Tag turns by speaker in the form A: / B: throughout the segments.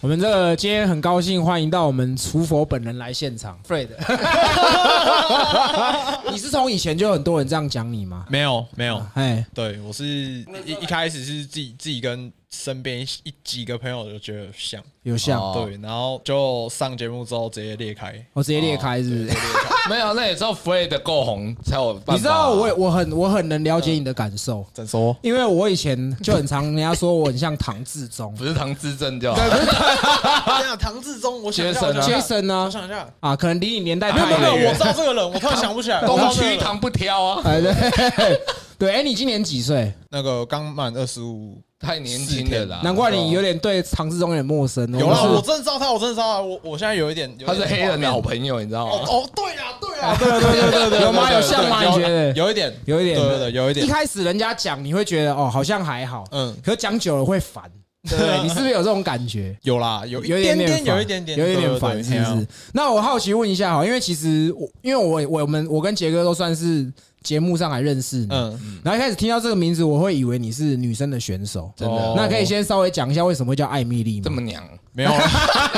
A: 我们这个今天很高兴欢迎到我们厨佛本人来现场，Fred。你是从以前就很多人这样讲你吗？
B: 没有没有，
A: 哎，
B: 对我是一一开始是自己自己跟身边一一几个朋友就觉得像，
A: 有像，
C: 哦
B: 对，然后就上节目之后直接裂开，
A: 我直接裂开
B: 哦
A: 是不是？
C: 没有，那也是要 Fred 够红才有办法。啊
A: 你知道我我很我很能了解你的感受，
B: 怎说？
A: 因为我以前就很常人家说我很像唐志 忠
C: 不是唐志正就好，
B: 这样唐志忠，我想一下，
C: Jason 啊
B: 我想一下
A: Jason 啊
B: 我想一下，
A: 啊，可能离你年代
B: 没有
A: 太
B: 没有没有，
A: 远
B: 我知。道这个人，我突然想不起来，我知
C: 东
B: 道这个
C: 区
B: 人
C: 糖不挑啊，
A: 哎对 对，哎，你今年几岁？
B: 那个刚满二十五，
C: 太年轻了啦。
A: 难怪你有点对唐志忠有点陌生。
B: 啊有
A: 啊
B: 啦，，我真的知道他，我真的知道他，我我现在有一点，有一
C: 他
B: 点
C: 是黑人的
B: 画
C: 好
B: 面
C: 朋友，你知道
B: 哦
C: 吗？
B: 哦，对啊对啊，对
A: 对对对对，有吗？有像吗？
B: 对
A: 你
B: 有
A: 觉得？
B: 有一点，
A: 有一点
B: 对对对，有一
A: 一
B: 点，
A: 开始人家讲你会觉得哦，好像还好，
B: 嗯，
A: 可讲久了会烦。对你是不是有这种感觉？
B: 有啦，有一
A: 有一
B: 点
A: 点
B: 点，
A: 烦
B: 有一点点，
A: 有一
B: 对啊
A: 点烦，是不？
B: 对对
A: 是？那我好奇问一下哈，因为其实我，因为我我们我跟杰哥都算是节目上来认识你，
B: 嗯，
A: 然后一开始听到这个名字，我会以为你是女生的选手。
C: 真
B: 哦
C: 的
A: 那可以先稍微讲一下为什么会叫艾米丽
C: 这
A: 吗？
C: 么娘，
B: 没 有啦。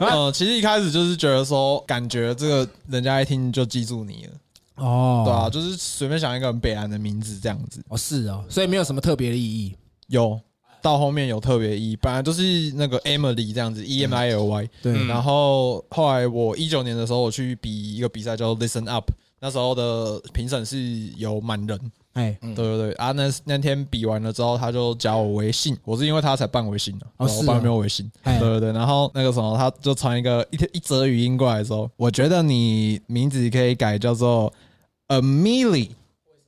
B: 呃，其实一开始就是觉得说，感觉这个人家一听就记住你了，
A: 哦，
B: 对啊，，就是随便想一个很北岸的名字这样子。
A: 哦是哦，所以没有什么特别的意义。
B: 有到后面有特别意义，本来就是那个 Emily 这样子，E M I L Y。
A: 对，
C: 嗯
B: 然后后来我一九年的时候，我去比一个比赛叫 Listen Up，那时候的评审是有满人，
A: 哎，
C: 嗯
B: 对对对啊，那那天比完了之后，他就加我微信，我是因为他才办微信的、
A: 哦
B: 对
A: 是
B: 我本
A: 哦
B: 来没有微信，
A: 哎
B: 对对对。然后那个什么，他就传一个一一则语音过来说，我觉得你名字可以改叫做 A Million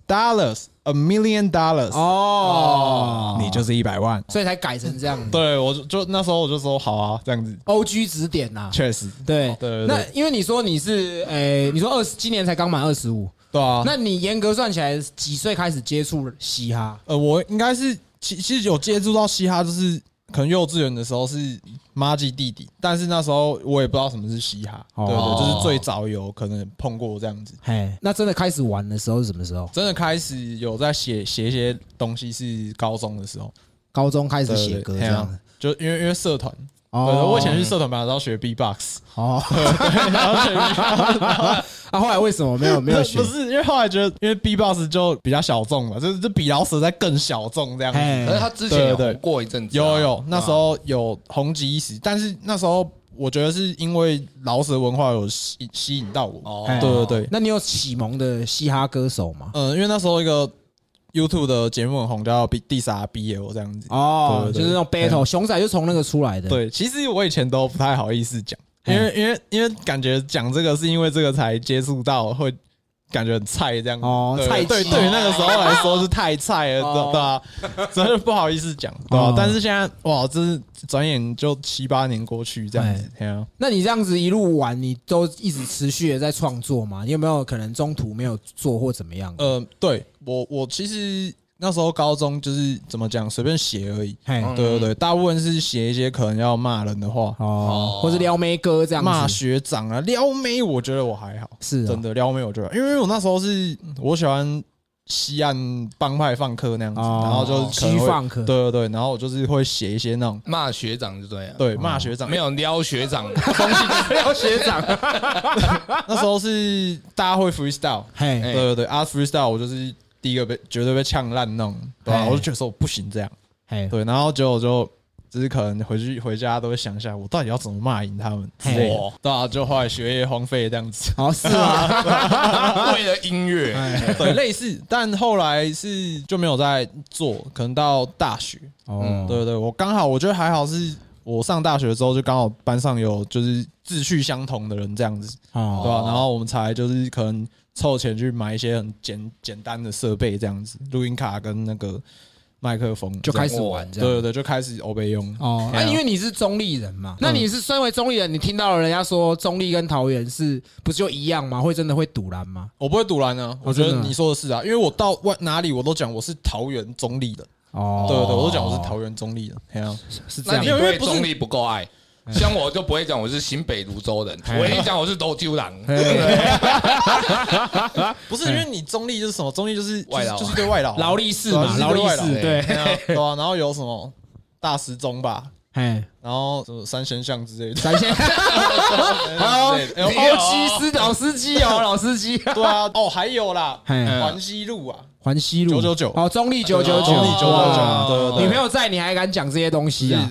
B: Dollars, A Million Dollars，、
A: 哦，
B: 你就是一百万。
A: 所以才改成这样。
B: 对，我就就那时候我就说好啊，这样子，
A: O G 指点啊呐、
B: 确实，
A: 对
B: 哦对对对
A: 那因为你说你是，诶、你说二十，今年才刚满二十五，
B: 对啊。
A: 那你严格算起来几岁开始接触嘻哈？
B: 呃，我应该是其其实有接触到嘻哈，就是可能幼稚园的时候是妈吉弟弟，但是那时候我也不知道什么是嘻哈，
A: 哦
B: 对对，就是最早有可能碰过这样子。
A: 嘿，那真的开始玩的时候是什么时候？
B: 真的开始有在写写一些东西是高中的时候，
A: 高中开
B: 对
A: 始
B: 对
A: 写歌
B: 对
A: 这
B: 嘿啊
A: 样子。
B: 就因为因为社团，对，
A: 哦
B: 我以前去社团本来都要 学 B-box，
A: 哦，
B: 然后学 B-box，
A: 啊，后来为什么没有哦没有学
B: 不？是因为后来觉得因为 B-box 就比较小众嘛，就是就比饶舌在更小众这样子，
A: 嘿
C: 可是他之前有
B: 嗯对对
C: 红过一阵子啊，
B: 有有有，那时候有红极一时，但是那时候我觉得是因为饶舌文化有吸吸引到我。
C: 哦
A: 哎
B: 对对对，
A: 那你有启蒙的嘻哈歌手吗？
B: 嗯，因为那时候一个 YouTube 的节目很红，叫 B 第啥 BL 这样子。
A: 哦，
B: 呃对对
A: 就
B: 对
A: 是那种
B: 嘿啊
A: battle，熊仔就从那个出来的。，
B: 对，其实我以前都不太好意思讲，因为因为因为感觉讲这个是因为这个才接触到，会感觉很菜这样子。
A: 哦
B: 对
A: 菜鸡
B: 对，对于那个时候来说是太菜了，
A: 哦
B: 对对啊，所以就不好意思讲，对吧
A: 哦？
B: 但是现在哇，这是转眼就七八年过去这样
A: 哎
B: 子，对啊。
A: 那你这样子一路玩，你都一直持续的在创作吗？你有没有可能中途没有做或怎么样？
B: 呃，对我我其实那时候高中就是怎么讲，随便写而已。
A: 嘿，
C: 嗯
B: 对对对，大部分是写一些可能要骂人的话，
A: 哦
C: 哦，
A: 或是撩妹歌这样子。
B: 骂学长啊、撩妹，我觉得我还好，
A: 是哦
B: 真的撩妹，我觉得，因为我那时候是我喜欢西岸帮派放客那样子，
A: 哦
B: 然后就是可能
A: 西
B: 会
A: 放客
B: 对对对，然后我就是会写一些那种
C: 骂学长就这样，，
B: 对骂学
A: 嗯
B: 长，
C: 没有撩学 长，
A: 撩学长，
B: 那时候是大家会 freestyle，
A: 嘿，
B: 对对对，啊 freestyle 我就是第一个被绝对被呛烂那种，对吧、
A: 哎
B: 我就觉得说我不行这样。
A: 嘿，。
B: 对，然后结果就只是可能回去回家都会想一下，我到底要怎么骂赢他们之类
C: 哇
B: 的。对啊，就后来学业荒废这样子
A: 好是 啊，
C: 为了音乐，
B: 对，类似，但后来是就没有再做，可能到大学。
A: 哦，
B: 嗯对对，我刚好我觉得还好，是我上大学之后就刚好班上有就是志趣相同的人这样子，对啊
A: 哦，
B: 吧、然后我们才就是可能凑钱去买一些很简简单的设备这样子，录音卡跟那个麦克风这样，
A: 就开始玩这
B: 对
A: 样。
B: 对对，就开始欧备用。
A: 哦，那
B: 对啊嗯
A: 因为你是中立人嘛，那你是身为中立人，你听到人家说中立跟桃园是不是就一样吗？会真的会堵拦吗？
B: 我不会堵拦啊，我觉
A: 真的
B: 得
A: 啊
B: 你说的是啊，因为我到外哪里我都讲我是桃园中立的，
A: 哦
B: 对对对，我都讲我是桃园中立的，嘿啊，
A: 是这
C: 那
A: 样
C: 你
B: 因为
C: 对
B: 不是哎
C: 中立不够爱，像我就不会讲我是新北泸州人，我一讲我是斗九郎，
B: 哎不是因为你中立就是什么？中立就是
C: 外劳啊
B: 就是就是对外劳啊
A: 劳力士
B: 对啊
A: 嘛，
B: 就是
A: 劳
B: 对
A: 力
B: 外
A: 士
B: 劳
A: 对，
B: 嘿啊对啊，然后有什么大时钟吧，
A: 哎，
B: 然后什么三神像之类的。
A: 三线，好，
B: 对 哎
A: 欧
B: 呦
A: 基斯老司哦机哦，老司机，
B: 对啊，哦，还有啦，
A: 嘿
B: 环西路啊，
A: 环西路
B: 999
A: 哦，中立九九九，
B: 中立九九
A: 哇
B: 九，对对对，
A: 女朋友在你还敢讲这些东西啊？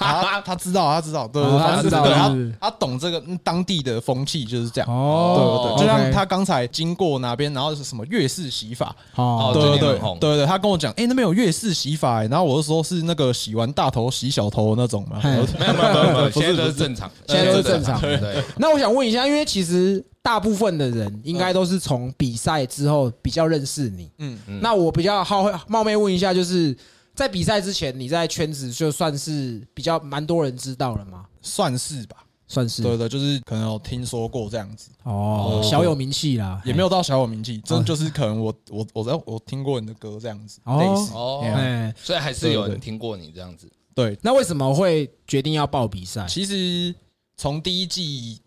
B: 他他知道，他知道，对，
A: 哦
B: 对
A: 他
B: 对
A: 知道
B: 对
A: 是不是
B: 他他懂这个嗯当地的风气就是这样。
A: 哦
B: 对对对，就像
A: OK
B: 他刚才经过哪边，然后是什么粤式洗发，
A: 哦
C: 哦
B: 对
C: 这
B: 对
C: 边
B: 对
C: 很红
B: 对对，他跟我讲，哎，那边有粤式洗发，欸然后我就说是那个洗完大头洗小头的那种嘛，
A: 嘿
B: 然后就
C: 没有没有没有没有，
B: 不是
C: 现在都
B: 不
C: 是正常的，
A: 现在都是正常
C: 对对，
A: 那我想问一下，因为其实大部分的人应该都是从比赛之后比较认识你。
B: 嗯
C: 嗯
A: 那我比较好冒昧问一下，就是在比赛之前，你在圈子就算是比较蛮多人知道了吗？
B: 算是吧，
A: 算是
B: 对对，就是可能有听说过这样子，
A: 哦，小有名气啦，
B: 也没有到小有名气，真的就是可能我 我我在我听过你的歌这样子，
A: 哦
B: 类似，
A: 哎。
C: 哦，
A: 哎，
C: 所以还是有人听过你这样子，
B: 对，
A: 那为什么会决定要报比赛？
B: 其实从第一季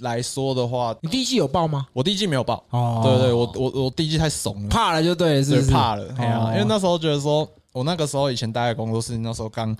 B: 来说的话，
A: 你第一季有报吗？
B: 我第一季没有报，
A: 哦
B: 对对，我我我第一季太怂了，
A: 怕了就对了，是
B: 对
A: 不是？
B: 怕了，哎呀
A: 哦，
B: 因为那时候觉得说，我那个时候以前待的工作室，那时候刚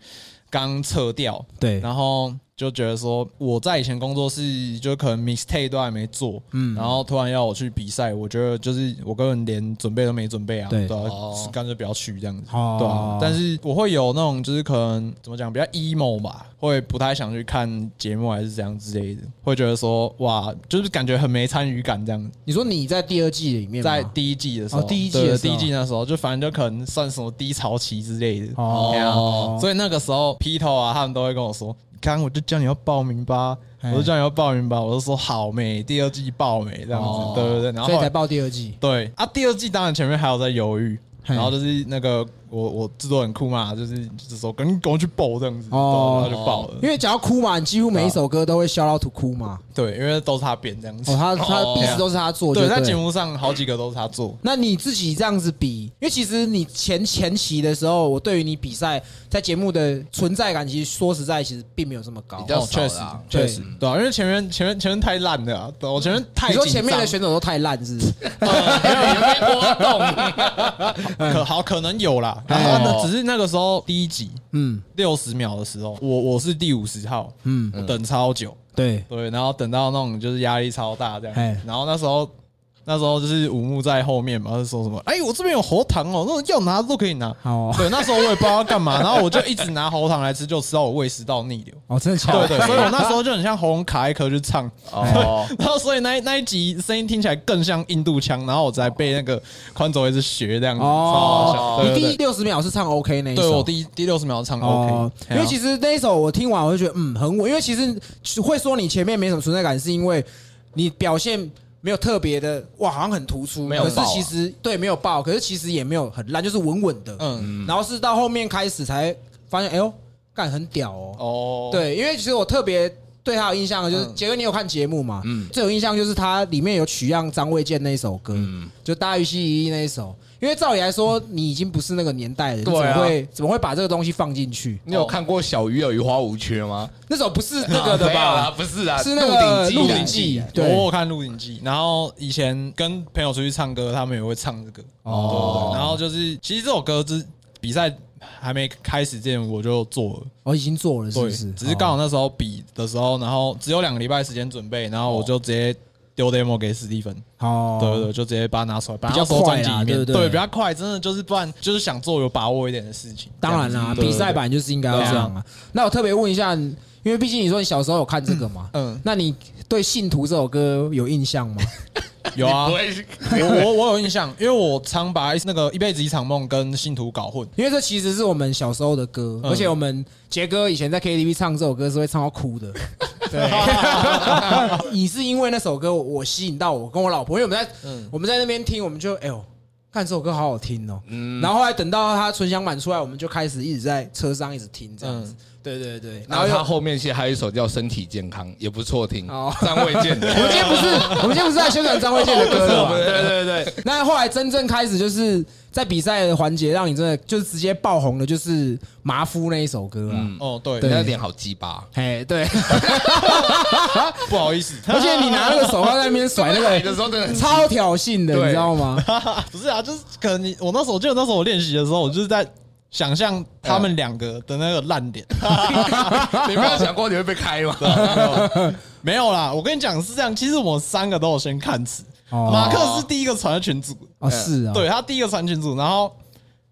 B: 刚撤掉，
A: 对，
B: 然后就觉得说，我在以前工作室就可能 mistake 都还没做，
A: 嗯
B: 然后突然要我去比赛，我觉得就是我根本连准备都没准备啊，
A: 对
B: 对啊
C: 哦，
B: 干脆不要去这样子，
A: 哦
B: 对啊。但是我会有那种就是可能怎么讲比较 emo 吧，会不太想去看节目还是怎样之类的，会觉得说哇，就是感觉很没参与感这样子。
A: 你说你在第二季里面吗，
B: 在第一季的时候，
A: 哦第一季的时候
B: 对第一季那时候，就反正就可能算什么低潮期之类的。对啊
A: 哦，
B: 所以那个时候 p e t e 啊，他们都会跟我说：“刚我就叫你要报名吧，
A: 哎
B: 我就叫你要报名吧。”我就说：“好没，第二季报没这样
C: 哦
B: 子，对对对。”然后
A: 所以
B: 后
A: 才
B: 来
A: 报第二季。
B: 对啊，第二季当然前面还有在犹豫，
A: 嘿
B: 然后就是那个我我制作人酷嘛，就是就是说赶紧赶快去报这样子，
A: 哦
B: 对然后就报了。
A: 因为讲到哭嘛，你几乎每一首歌都会笑到吐哭嘛。
B: 对，因为都是他编这样子
A: 哦，，他他
C: 哦
A: 的 beat 都是他做，
B: 对，
A: 就
B: 在
A: 对
B: 节目上好几个都是他做，
A: 那你自己这样子比，因为其实你前前期的时候，我对于你比赛在节目的存在感，其实说实在，其实并没有这么高
C: 比。
B: 哦
C: 较少
B: 确实
C: 啦
B: 确实，对啊，因为前面前面前面太烂了啊，对我前面太
A: 你说
B: 紧
A: 前面的
B: 张
A: 选手都太烂，是不是？
C: 也哦没波动，
B: 可好可能有啦，
A: 嗯哎
B: 然后呢，只是那个时候第一集
A: 嗯
B: 六十秒的时候，我我是第五十号，
A: 嗯，
B: 我等超久，
A: 对，
B: 对，然后等到那种就是压力超大这样
A: 哎，
B: 然后那时候那时候就是五木在后面嘛，他就说什么，哎，我这边有喉糖哦，那种要拿都可以拿。
A: 好哦
B: 对，那时候我也不知道要干嘛，然后我就一直拿喉糖来吃，就吃到我胃食道逆流。
A: 哦，真的
B: 对
A: 巧，
B: 对，所以我那时候就很像喉咙卡一颗就唱，
C: 哦，
B: 然后所以那一那一集声音听起来更像印度腔，然后我才被那个宽走一直学这样子，超好笑
A: 哦，
B: 对
A: 你
B: 对对
A: 第六十秒是唱 OK 那一首，
B: 对我第一第六十秒唱 OK，啊
A: 哦，因
C: 啊
A: 为其
B: 实
A: 实那一首我听完，我就觉得嗯很稳。因为其实会说你前面没什么存在感，是因为你表现没有特别的哇，好像很突出，
C: 没有
A: 可是
C: 爆啊
A: 其实对没有爆，啊可是其实也没有很烂，就是稳稳的。
B: 嗯
A: 然后是到后面开始才发现，哎呦，干很屌哦。
B: 哦，
A: 对，因为其实我特别。对他有印象的就是
B: 嗯
A: 杰哥，你有看节目嘛？
C: 嗯
A: 最有印象就是他里面有取样张卫健那一首歌，
C: 嗯
A: 就《大鱼西一》那一首。因为照理来说，你已经不是那个年代了，你怎
C: 对
A: 么
C: 啊
A: 会怎么会把这个东西放进去？
C: 你有看过小鱼儿与花无缺吗？
A: 那首不是那 个的
C: 没有
A: 吧？
C: 啦不是啊，
A: 是那个
C: 鹿
A: 鹿
C: 鼎
A: 鼎记
C: 记，
A: 对
B: 我有看《鹿鼎记》，然后以前跟朋友出去唱歌，他们也会唱这个
A: 哦
B: 哦。对然后就是，其实这首歌之比赛还没开始之前我就做了，
A: 哦我已经做了，是
B: 对
A: 不是？，哦
B: 只是刚好那时候比的时候，然后只有两个礼拜时间准备，然后我
A: 哦
B: 就直接丢 demo 给史蒂芬，
A: 好，
B: 对对对，就直接把它拿出来，把
A: 哦
B: 它
A: 比较
B: 收
A: 快
B: 专
A: 啦
B: 辑里
A: 对不
B: 面，
A: 对
B: 对，比较快，真的就是不然就是想做有把握一点的事情。
A: 当然啦，
B: 这样子对
A: 比赛版就是应该要这样啊。那我特别问一下，因为毕竟你说你小时候有看这个嘛，
B: 嗯，
A: 那你对《信徒》这首歌有印象吗？
B: 有啊
C: 你不，会
B: 我我我有印象，因为我常把那个一辈子一场梦跟信徒搞混。
A: 因为这其实是我们小时候的歌，
B: 嗯
A: 而且我们杰哥以前在 KTV 唱这首歌是会唱到哭 的。对，你是因为那首歌我我吸引到我跟我老婆，因为我们在
B: 嗯，
A: 我们在那边听，我们就哎呦，看这首歌好好听哦。
C: 嗯
A: 然后后来等到他纯享版出来，我们就开始一直在车上一直听这样子。对对对，
C: 嗯
A: 然
C: 然
A: 后
C: 后他
A: 又。
C: 后面其实还有一首叫《身体健康》，也不错听
A: 哦，
C: 张卫健
A: 我们
C: 的。
A: 今天不是，我们今天不是在宣传张卫健的歌的
C: 不
A: 吧？
C: 是 对对对，
A: 那后来真正开始就是在比赛的环节，让你真的就是直接爆红的，就是《麻夫》那一首歌啊。
C: 嗯，
B: 哦，对，
C: 你那脸好鸡巴，
A: 哎，对，
B: 不好意思，
A: 而且你拿那个手铐在那边甩那
C: 来
A: 个，
C: 哎的时候真的很
A: 超挑衅的，
C: 对
A: 你知道吗？
B: 不是啊，就是可能你我那时候，我记得那时候我练习的时候，我就是在想象他
A: 嗯
B: 们两个的那个烂点。
C: 你没有想过你会被开 吗？
B: 没有啦，我跟你讲是这样，其实我们三个都有先看词，
A: 哦
B: 马克是第一个传到群组，
A: 哦，是啊，
B: 对他第一个传群组，然后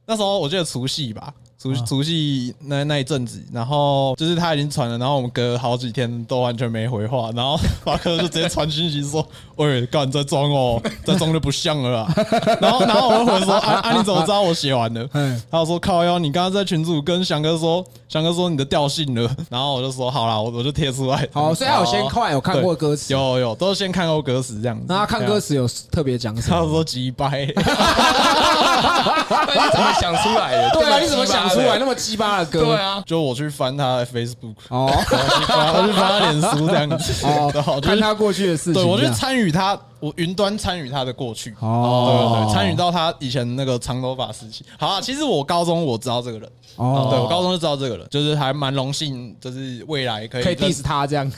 B: 那时候我记得除夕吧，除
A: 嗯
B: 除夕那那一阵子，然后就是他已经传了，然后我们隔好几天都完全没回话，然后 马克就直接传讯息说：“喂，干你在装哦，在装就不像了啦。” 然后然后我就回说：“啊啊，你怎么知道我写完了？”
A: 嗯
B: 他就说：“靠腰，你刚刚在群组跟翔哥说，翔哥说你的调性了。” 然后我就说：“好啦，我我就贴出来。”啊
A: 好，所以他有先看，有看过歌词，
B: 有有都是先看过歌词这样子。
A: 那他看
B: 对
A: 歌
B: 啊，
A: 词有特别讲什
B: 他
A: 么？
B: 说鸡掰。
C: 啊那你怎么想出来的？
A: 对啊，
C: 这
A: 你怎么
C: 鸡巴
A: 想
C: 的
A: 出来？那么鸡巴的歌？
C: 对，啊，
B: 就我去翻他的 Facebook，
A: 哦
B: 我去翻我去翻他脸书这样子，然后
A: 哦
B: 啊我，就
A: 看他过去的事情这
B: 对
A: 样，
B: 我去参与他，我云端参与他的过去，
A: 哦
B: 对对对，参与到他以前那个长头发时期。好啊，其实我高中我知道这个人，
A: 哦
B: 对我高中就知道这个人，就是还蛮荣幸，就是未来可以
A: 可以
B: 跟
A: diss 他这样，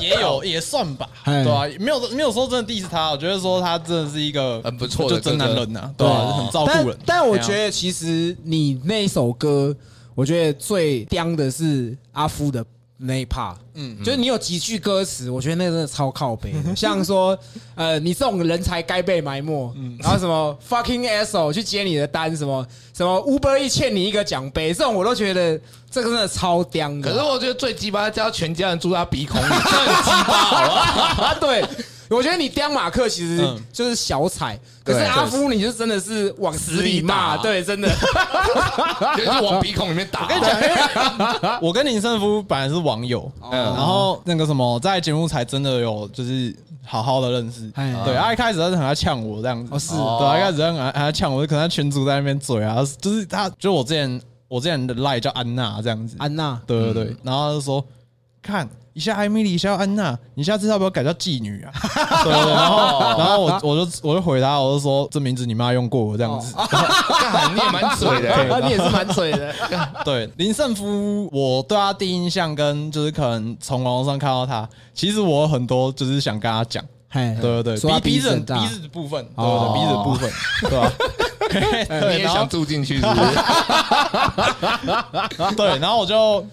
B: 也有也算吧，
A: 哎
B: 对啊，没有没有说真的 diss 他，我觉得说他真的是一个
C: 很不错的
B: 就真男人呐，对
C: 对
B: 啊，
C: 啊
B: 很照
A: 但
B: 顾人。
A: 哦但我觉
B: 对啊
A: 得其实你那一首歌，我觉得最刁的是阿夫的那一 part。嗯，就是你有几句歌词，我觉得那真的超靠背的，像说，呃，你这种人才该被埋没，
B: 嗯
A: 然后什么 fucking asshole 去接你的单，什么什么 Uber 一欠你一个奖杯，这种我都觉得这个真的超刁的。
C: 可是我觉得最鸡巴叫全家人住他鼻孔里，这很鸡巴，好不好？
A: 啊， 对，我觉得你刁马克其实
B: 嗯
A: 就是小踩，可
C: 对
A: 是阿夫你就真的是往死里骂，
C: 死里打
A: 对，真的。
C: 就是往鼻孔里面打。我跟你
B: 我跟林胜夫本来是网友，然后那个什么，在节目才真的有就是好好的认识。
A: 哎
B: 对，啊他一开始他是很爱呛我这样子，
A: 哦是
B: 对，啊他一开始他很爱很爱呛我，就可能他群主在那边嘴啊，就是他，就我之前我之前的赖叫安娜这样子，
A: 安娜，嗯
B: 对对对，然后他就说看。一下艾米丽，一下安娜，你下次要不要改叫妓女啊？ 对对，对然后然后我我就我就回答，我就说这名字你妈用过我这
A: 哦
B: 样子。
C: 讲，你也蛮嘴的、
B: 对
A: 你也是蛮嘴 的。
B: 对林胜夫，我对他第一印象跟就是可能从网络上看到他，其实我有很多就是想跟他讲，
A: 哎，
B: 对对
A: 说他
B: 对，
A: 鼻
B: 鼻
A: 子
B: 子
A: 很大
B: 鼻子的部分，对
A: 哦嗯
B: 对，鼻子的 部分，对吧？
C: 你
B: 对，
C: 也
B: 然后
C: 想住进去是不是？
B: 对，然后我就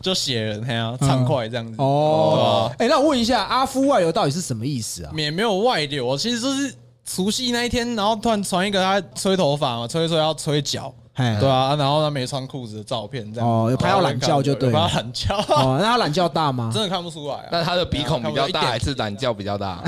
B: 就写人，嘿啊，畅快这样子，
A: 哦哎，
B: 对，啊
A: 那我问一下，阿夫外流到底是什么意 思啊？
B: 也没有外流，其实就是除夕那一天，然后突然传一个他吹头发嘛，吹一吹要吹脚。
A: 哎，
B: 对啊，然后他没穿裤子的照片，这样
A: 哦有拍到懒觉就对
B: 有
A: 了
B: 拍到懒觉，
A: 哦，那他懒觉大吗？
B: 真的看不出来啊。
C: 那他的鼻孔比较大，还是懒觉比较大？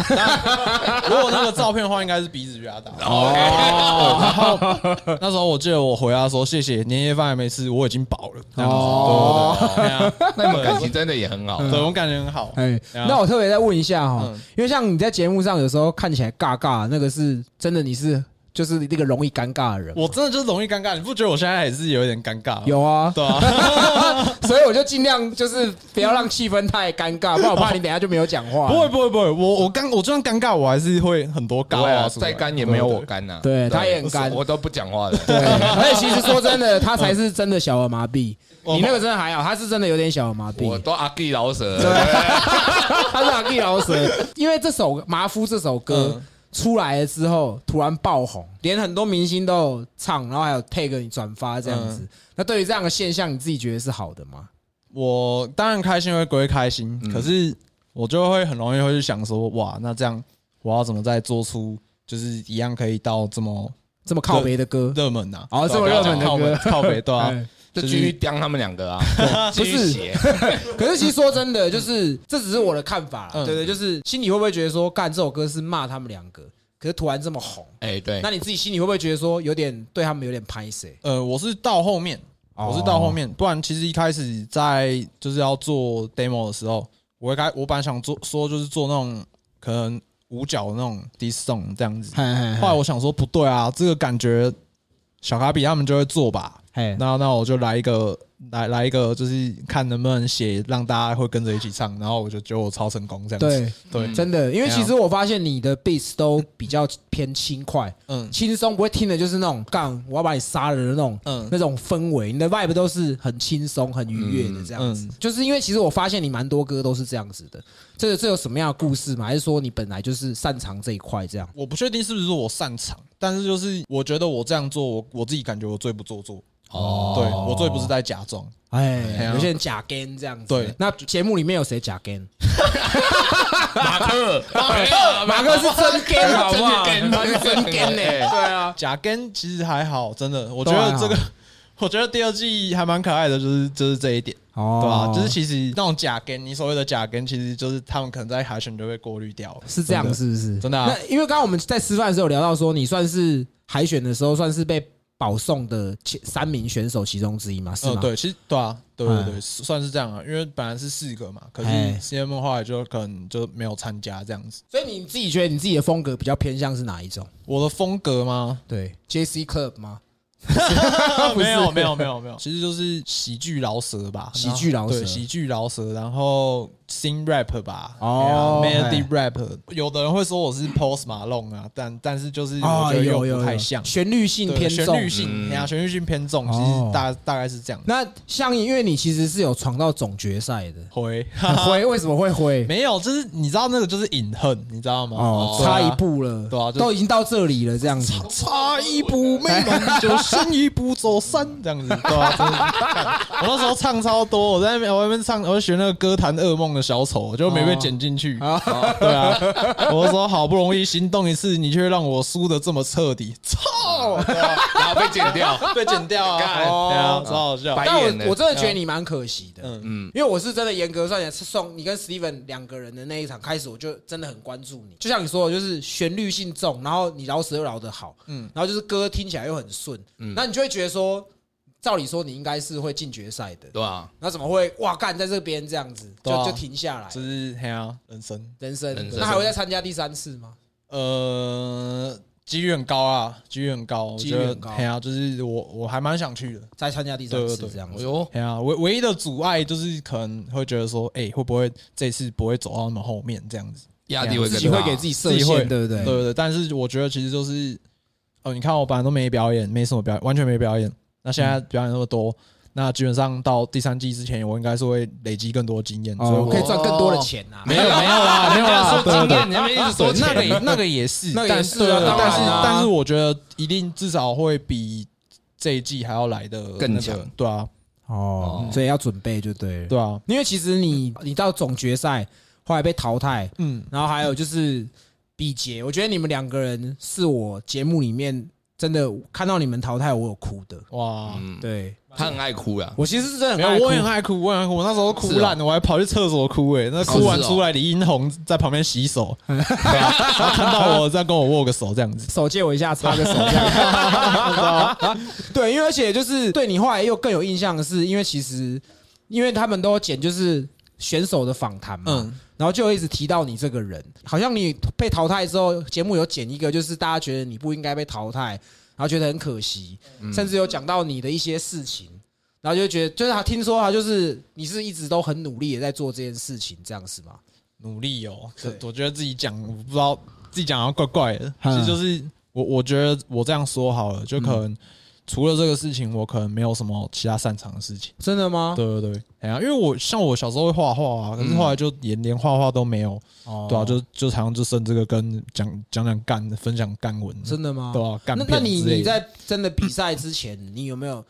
B: 如果那个照片的话，应该是鼻子比 较大。
A: 哦，
B: 那时候我记得我回他说谢谢，年夜饭还没吃，我已经饱了。这样
A: 哦
B: 子，对对对
C: 那你们感情嗯真的也很好
B: 对啊，对我感觉很好。
A: 哎，
B: 对啊
A: 那我特别再问一下哈
B: 嗯，
A: 因为像你在节目上有时候看起来尬尬，那个是真的，你是就是那个容易尴尬的人吗。
B: 我真的就是容易尴尬，你不觉得我现在也是有一点尴尬吗？
A: 有 啊，
B: 对 啊，
A: 所以我就尽量就是不要让气氛太尴尬，不然我怕你等一下就没有讲话。
B: 不会，不会不会，我我刚我就算尴尬，我还是会很多尬
C: 对啊，
B: 啊出来，
C: 再干也没有我干呐。
A: 对他也很干
C: 我都不讲话的。
A: 对，而且其实说真的，他才是真的小儿麻痹，
B: 嗯
A: 你那个真的还好，他是真的有点小儿麻
C: 我
A: 痹。
C: 都阿 G 老舍了，
A: 他是阿 K 老师， 因为这首《麻夫》这首歌
B: 嗯
A: 出来了之后，突然爆红，连很多明星都有唱，然后还有 tag 你转发这样子。那对于这样的现象，你自己觉得是好的吗？
B: 我当然开心会归开心，
C: 嗯
B: 可是我就会很容易会去想说，哇，那这样我要怎么再做出就是一样可以到这么
A: 这么靠北的歌，
B: 热门 啊？
A: 哦这么热门的歌
B: 靠北靠北对啊，
A: 哎
C: 就继续刁他们两个啊，继续
A: 不是
C: 写。
A: 可是其实说真的，就是这只是我的看法啦。
B: 嗯
A: 对对，就是心里会不会觉得说，干这首歌是骂他们两个，可是突然这么红，
C: 哎，对
A: 那，你自己心里会不会觉得说，有点对他们有点拍谁？
B: 呃，我是到后面，
A: 哦
B: 我是到后面，不然其实一开始在就是要做 demo 的时候，我一开我本来想做说就是做那种可能五角的那种 diss song 这样子，
A: 嘿，嘿嘿
B: 后来我想说不对啊，这个感觉小卡比他们就会做吧，
A: 嘿
B: 那那我就来一个来来一个就是看能不能写让大家会跟着一起唱，然后我就觉得我超成功这样子，
A: 对
B: 对，哎
A: 真的，因为
B: 怎
A: 其
B: 样
A: 实我发现你的 beats 都比较偏轻快、
B: 嗯
A: 轻松，不会听的就是那种干我要把你杀了的那种，
B: 嗯
A: 那种氛围。你的 vibe 都是很轻松、很愉悦的这样子。
B: 嗯嗯
A: 就是因为其实我发现你蛮多歌都是这样子的，这个这有什么样的故事吗？还是说你本来就是擅长这一块这样？
B: 我不确定是不是我擅长，但是就是我觉得我这样做，我我自己感觉我最不做作，
C: 哦，
B: 对我最不是在假装，哎
A: 哎，
B: 呀
A: 有些人假 gay 这样子。
B: 对
A: 那节目里面有谁假 gay？
C: 马克，哎马
B: 啊
C: 克，
A: 马哥是真 gay 好不好？
C: 真 gay
A: 他是真 gay 呢。对
C: 哎
A: 啊，
B: 假跟其实还好，真的，我觉
A: 都还
B: 得
A: 好
B: 这个，我觉得第二季还蛮可爱的，就是就是这一点，
A: 哦
B: 对吧？就是其实那种假跟，你所谓的假跟，其实就是他们可能在海选就被过滤掉了，
A: 是这样，
B: 真的
A: 是不是？
B: 真的啊
A: 那因为刚刚我们在吃饭的时候有聊到说，你算是海选的时候算是被保送的前三名选手其中之一嘛？是
B: 呃，
A: 吗？
B: 对，其实对啊，对对对，
A: 嗯
B: 算是这样啊，因为本来是四个嘛，可是
A: 哎
B: CM 后来就可能就没有参加这样子。
A: 所以你自己觉得你自己的风格比较偏向是哪一种？
B: 我的风格吗？
A: 对，J C Club 吗？不是
B: 哦没有没有没有没有，其实就是喜剧饶舌吧，
A: 喜剧饶舌
B: 对喜剧饶舌，然后 sing rap 吧，
A: 哦
B: 哦、melody rap，有的人会说我是 post Malone 啊，但但是就是我
A: 哦，
B: 觉得又
A: 有有
B: 不太
A: 有
B: 像，
A: 旋律性
B: 对
A: 偏重
B: 旋。律性，
C: 嗯
B: 哎呀，旋律性偏重，其
A: 哦
B: 实大大概是这样。
A: 那像因为你其实是有闯到总决赛的，
B: 回
A: 灰为什么会灰？
B: 没有，就是你知道那个就是隐恨，你知道吗？
A: 哦，
B: 对啊
A: 差一步了，
B: 对啊就
A: 都已经到这里了，这样子。
B: 差一步， 没门就深一步走山，这样子，对吧、真的干我那时候唱超多，我在那边我在那边唱，我就学那个歌坛噩梦的小丑，就没被剪进去。对啊，我就说好不容易行动一次，你却让我输的这么彻底，操！对啊
C: 然后被剪掉，
B: 被剪掉啊，
C: 干
B: 对
A: 哦
B: 啊，超好笑
C: 白。
A: 但
C: 眼呢
A: 我我真的觉得你蛮可惜的，
B: 嗯
A: 嗯，因为我是真的严格算起来，是送你跟 Steven 两个人的那一场开始，我就真的很关注你。就像你说的，就是旋律性重，然后你饶舌又饶得好，嗯，然后就是歌听起来又很顺，嗯，那你就会觉得说，照理说你应该是会进决赛的，
C: 对啊吧？
A: 那怎么会哇干在这边这样子就
B: 对啊
A: 就停下来
B: 就？是嘿啊，人生，
A: 人生
C: 人，生
A: 那还会再参加第三次吗？
B: 呃，几率很高啊，几率很高，我觉
A: 几率
B: 得
A: 很高
B: 嘿啊，就是我我还蛮想去的。
A: 再参加第三
B: 对
A: 次
B: 对对
A: 这样
C: 哎
A: 子？
C: 呦，
B: 哎呀，唯唯一的阻碍就是可能会觉得说，哎、会不会这次不会走到那么后面这样子？
C: 压力会
A: 自
C: 更
A: 己会
C: 大
A: 给自己
B: 自
A: 设
B: 己会
A: 限，对不对？
B: 对对对，但是我觉得其实就是，哦，你看我本来都没表演，没什么表演，完全没表演。那现在表演那么多，那基本上到第三季之前，我应该是会累积更多经验，所以
A: 哦，
B: 我
A: 可以赚更多的钱啊！
B: 没有没有啦，没有啦，对对对。
C: 啊你们一直
B: 对
C: 说
B: 哦那个 也
C: 钱，
B: 那个也是，
A: 那个也
B: 但
A: 是啊
B: 对对对
A: 当然
B: 但是
A: 啊
B: 但是我觉得一定至少会比这一季还要来的
C: 更强，
B: 对啊，
A: 哦
C: 嗯，
A: 所以要准备就对了。
B: 对啊，
A: 因为其实你你到总决赛后来被淘汰，
B: 嗯，
A: 然后还有就是比杰，我觉得你们两个人是我节目里面真的看到你们淘汰，我有哭的。
B: 哇，
C: 嗯，
A: 对
C: 他很爱哭啊呀，
A: 我其实是 真的
B: 没
A: 很爱，
B: 有
A: 哭
B: 我也很爱哭，我也很爱哭。我那时候哭烂了，我还跑去厕所哭哎、那哭完出来，李英红在旁边洗手，对啊她看到我在跟我握个手这 样子。
A: 手借我一下，擦个手这 样。对，因为而且就是对你后来又更有印象的是，因为其实因为他们都剪就是选手的访谈嘛，
B: 嗯
A: 然后就一直提到你这个人，好像你被淘汰之后，节目有剪一个，就是大家觉得你不应该被淘汰，然后觉得很可惜，
B: 嗯
A: 甚至有讲到你的一些事情。然后就觉得，就是他听说他就是你是一直都很努力的在做这件事情，这样是吗？
B: 努力哦，
A: 对
B: 我觉得自己讲，我不知道自己讲要怪怪的。其
A: 嗯
B: 实就是我，我觉得我这样说好了，就可能除了这个事情，我可能没有什么其他擅长的事情。
A: 真的吗？
B: 对对对，哎呀，因为我像我小时候会画画啊，可是后来就也连画画都没有，
A: 哦
B: 对啊，就就常常就剩这个跟讲讲讲干分享干文，
A: 真的吗？
B: 对啊，干
A: 那
B: 片
A: 那你
B: 之类
A: 你
B: 的
A: 在真的比赛之前，你有没有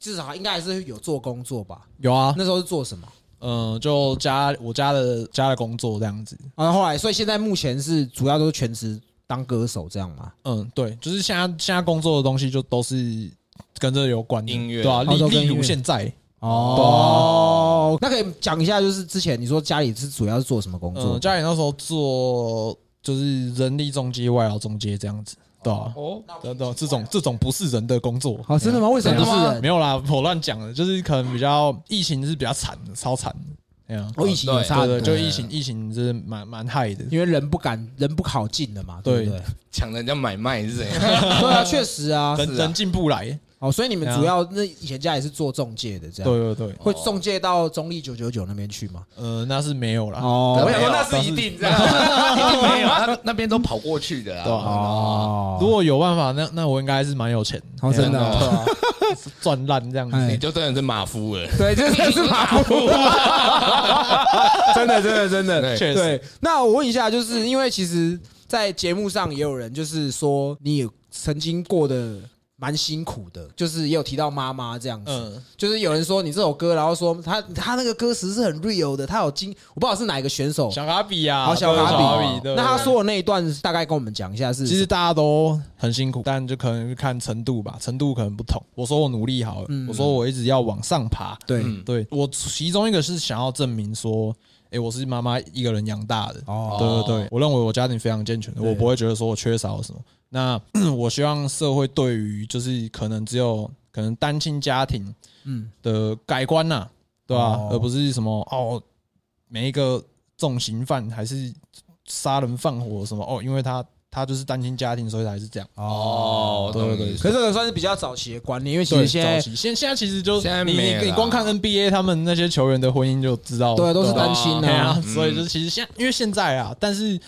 A: 至少应该还是有做工作吧？
B: 有啊，
A: 那时候是做什么？
B: 嗯，就家我家的家的工作这样子。
A: 啊，后来所以现在目前是主要都是全职当歌手这样吗？
B: 嗯，对，就是现在现在工作的东西就都是跟这有关的
C: 音乐
B: 对啊，
A: 哦
B: 例
A: 都跟
B: 例
A: 音
B: 如
A: 乐
B: 现在，
A: 哦，那可以讲一下，就是之前你说家里是主要是做什么工作
B: 嗯，？家里那时候做就是人力中介、外劳中介这样子，对啊，
C: 哦，
B: 等等这种这种不是人的工作。啊
A: 哦，真的吗？为什么
C: 真的吗
A: 是人？
B: 没有啦，我乱讲的，就是可能比较疫情是比较惨的，超惨的，哎呀，
A: 哦，疫情有
C: 对
A: 差
B: 对
A: 很
B: 对，
A: 多，
B: 就疫情，疫情就是蛮蛮害的，
A: 因为人不敢，人不好进了嘛，对不对？
C: 抢人家买卖是怎样？
A: 对啊，确实啊。
B: 人
C: 是啊
B: 人进不来，
A: 哦，所以你们主要那以前家里是做中介的，这
B: 对
A: 样
B: 对对，
A: 会中介到中立九九九那边去吗？
B: 呃，那是没有啦，
A: 哦
C: 我想
B: 没
C: 说
B: 有
C: 啊那是一定这样，一定没有，那 那边都跑过去的
B: 对
C: 啦。
B: 啊
A: 哦
B: 如果有办法，那那我应该是蛮有钱的，
A: 哦真的
C: 哦
B: 对啊，赚烂这样
A: 哎
B: 子
C: 你。就真的是马夫了，
A: 对，这真的是马 虎，真的，真的，真的，
C: 对
B: 确实
A: 对。那我问一下，就是因为其实，在节目上也有人就是说，你有曾经过得蛮辛苦的，就是也有提到妈妈这样子。
B: 嗯
A: 就是有人说你这首歌，然后说他他那个歌词是很 real 的，他有经我不知道是哪一个选手，
B: 小卡比啊，
A: 好小
B: 对
A: 卡
B: 比
A: 比。
B: 对
A: 那他
B: 对
A: 说的那一段大概跟我们讲一下是，
B: 其实大家都很辛苦，但就可能看程度吧，程度可能不同。我说我努力好了，
A: 嗯
B: 我说我一直要往上爬。
A: 对、
C: 嗯
B: 对我其中一个是想要证明说，诶，我是妈妈一个人养大的。
A: 哦
B: 对对对，我认为我家庭非常健全的，
A: 对
B: 我不会觉得说我缺少什么。那 我希望社会对于就是可能只有可能单亲家庭
A: 嗯
B: 的改观呐、对吧、
A: 哦
B: 而不是什么哦，每一个重刑犯还是杀人放火什么哦，因为他他就是单亲家庭，所以才是这样。
A: 啊
C: 哦，
B: 对
C: 懂
B: 对对
C: 意思
A: 可是这个算是比较早期的观念，因为其
B: 对，
A: 实现
B: 早
A: 在
B: 期现现在其实就
C: 现在
B: 你
C: 没了
B: 你
C: 啦
B: 你光看 NBA 他们那些球员的婚姻就知道，
A: 对都是
B: 吧
A: 单亲
B: 对
A: 啊
B: 啊，， 所以就是其实现因为现在啊，但是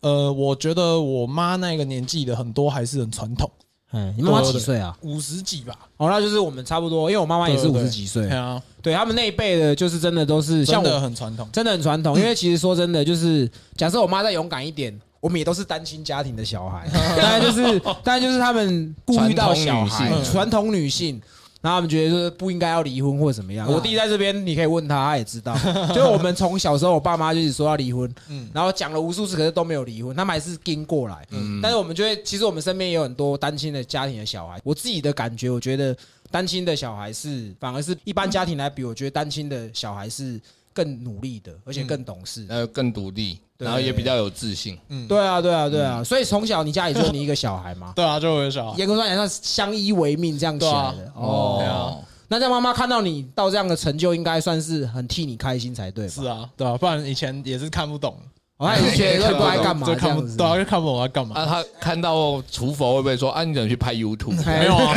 B: 呃，我觉得我妈那个年纪的很多还是很传统，
A: 嗯，你妈妈
B: 对
A: 几
B: 对
A: 岁啊？
B: 五十几吧，
A: 哦，那就是我们差不多，因为我妈妈也是
B: 对
A: 五
B: 对
A: 十几岁
B: 对，啊，
A: 对他们那一辈的，就是真的都是像
B: 真的
A: 我，
B: 很传统，
A: 真的很传统。因为其实说真的，就是假设我妈再勇敢一点，我们也都是单亲家庭的小 孩，当然就是当然就是他们顾虑到小孩
C: 传统女，性
A: 传统女性。然后他们觉得就是不应该要离婚或者怎么
C: 啊
A: 样。
B: 嗯
A: 我弟在这边，你可以问他，他也知道。 就是我们从小时候，我爸妈就一直说要离婚，
B: 嗯
A: 然后讲了无数次，可是都没有离婚，他们还是跟过来。
C: 嗯
A: 但是我们就会，其实我们身边也有很多单亲的家庭的小孩。我自己的感觉，我觉得单亲的小孩是反而是一般家庭来比，我觉得单亲的小孩是更努力的，而且更懂事。
C: 呃更独立，
A: 对
C: 然后也比较有自信。
B: 嗯，
A: 对啊，对啊，对啊。所以从小你家里就你一个小孩
B: ，
A: 嘛
B: 对啊，就有小
A: 严格说来算相依为命这样起来
B: 对
A: 的
B: 啊
A: 哦。
B: 对啊
A: 那在妈妈看到你到这样的成就，应该算是很替你开心才对吧？
B: 是啊，对啊，不然以前也是看不懂，
A: 哦，她也是觉得不知道在干嘛
B: 就
A: 这
B: 看不
A: 样子
B: 对。啊，就看不懂我要干嘛。
C: 那他看到厨佛会不会说啊？你怎么去拍 YouTube？
A: 哎
B: 没 有啊，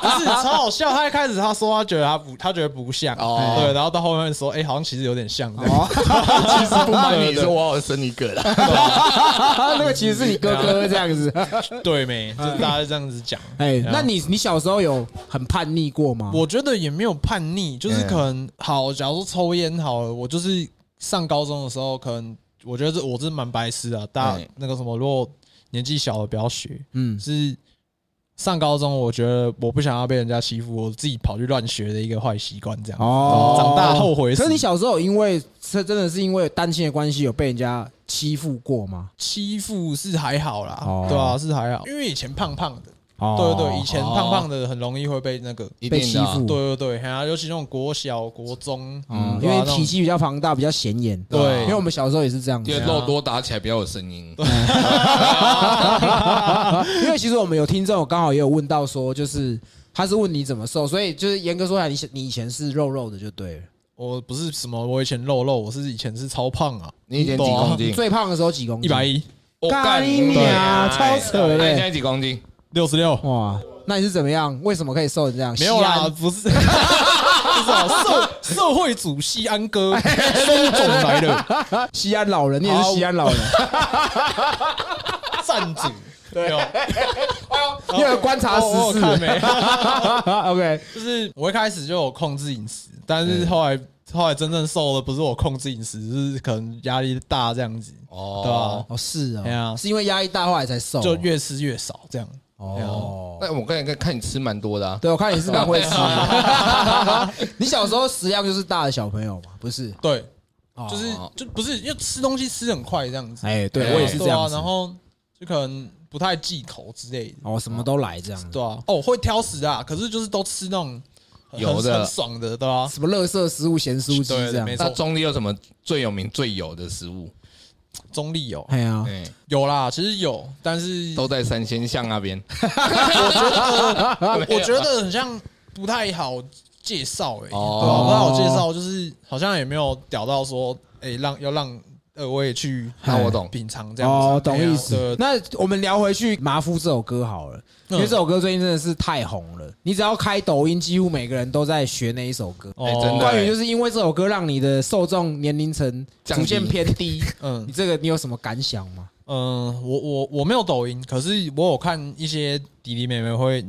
B: 不是超好笑。他一开始他说他觉得他不，他觉得不像，
C: 哦
B: 对，然后到后面说，哎，好像其实有点像，这样
A: 哦，
C: 其实不瞒你说， 我有生一个啦。
A: 啊那个其实是你哥哥这样子。
B: 对没？就是大家这样 子讲。
A: 哎，
B: 啊
A: 那你你小时候有很叛逆过吗？
B: 我觉得也没有叛逆，就是
A: 哎
C: 嗯
B: 可能好，假如说抽烟好了，我就是上高中的时候，可能我觉得这我这蛮白痴的，大家
A: 哎
C: 嗯
B: 那个什么，如果年纪小的不要学，
A: 嗯
B: 是上高中，我觉得我不想要被人家欺负，我自己跑去乱学的一个坏习惯，这样。
A: 哦
B: 长大后悔死。
A: 可是你小时候有因为这真的是因为单亲的关系有被人家欺负过吗？
B: 欺负是还好啦，
A: 哦
B: 对啊，是还好，因为以前胖胖的，
A: 哦
B: 对对对，以前胖胖的很容易会被那个，
C: 一
A: 被
C: 定
A: 欺
C: 的啊
A: 负，
B: 对对对，还有尤其那种国小、国中，
A: 嗯
B: 嗯，
A: 因
B: 对啊
A: 为
B: 那种
A: 体积比较庞大，比较显眼。
B: 对
A: 因为我们小时候也是这样子
C: 因为
A: 啊。
C: 肉多打起来比较有声音。
A: 因为其实我们有听众，我刚好也有问到说，就是他是问你怎么瘦，所以就是严格说来，你你以前是肉肉的就对了。
B: 我不是什么，我以前肉肉，我是以前是超胖啊，
C: 你以前几公
A: 你
C: 斤？
A: 最胖的时候几 公
B: 一
A: 斤？
B: 百一
C: 我
A: 干你娘超扯的
C: 那你现在几公斤？
B: 六十六，
A: 哇！那你是怎么样？为什么可以瘦成这样？
B: 没有
A: 西
B: 啦，
A: 安，
B: 不是，不是啊，社社会主西安 哥孙总来了，
A: 西安老人，你也是西安老人，
B: 站主，对哦，
A: 你有观察
B: 我
A: 时
B: 我看
A: 事。
B: 没？ 哦
A: OK，
B: 就是我一开始就有控制饮食，但是后来、后来真正瘦了，不是我控制饮食，就是可能压力大这样子，对吧、
C: 哦，
A: 哦是
B: 哎
A: 哦
B: 呀，
A: 是因为压力大，后来才瘦。
B: 就越哎吃越少这样。
A: 哦，
C: 那我刚才看看你吃蛮多的啊。
A: 对，我看你是蛮会吃的。 你小时候食量就是大的小朋友嘛，不是？
B: 对，
A: 哦
B: 就是就不是因为吃东西吃很快这样子，
A: 哎，
B: 对
A: 对
B: 啊
A: 我也是这样
B: 对
A: 子
B: 啊，然后就可能不太忌口之类的，
A: 哦，什么都来这样，
B: 对啊，哦，我会挑食啊，可是就是都吃那种很
C: 有的
B: 很爽的，对吧、
A: 什么垃圾食物、咸酥鸡
B: 啊对
A: 这样
B: 没。错
C: 那中立有什么最有名、最有的食物？
B: 中立有
A: 哎呀，
C: 哎，
B: 有啦，其实有，但是
C: 都在三仙巷那边。
B: 我觉得很像不太好介绍哎、欸，
C: 啊哦
B: 对吧、不太好介绍，就是好像也没有屌到说，哎、让要让二位去
C: 那啊我懂
B: 品尝这样子，
A: 哦，懂
B: 哎呀
A: 意思
B: 对。
A: 那我们聊回去《麻夫》这首歌好了，因为
B: 嗯
A: 这首歌最近真的是太红了，你只要开抖音，几乎每个人都在学那一首歌。
C: 哎真的
B: 哦
A: 关于就是因为这首歌让你的受众年龄层逐渐
C: 降低
A: 偏低，
B: 嗯
A: 你这个你有什么感想吗？
B: 嗯，我我我没有抖音，可是我有看一些弟弟妹妹会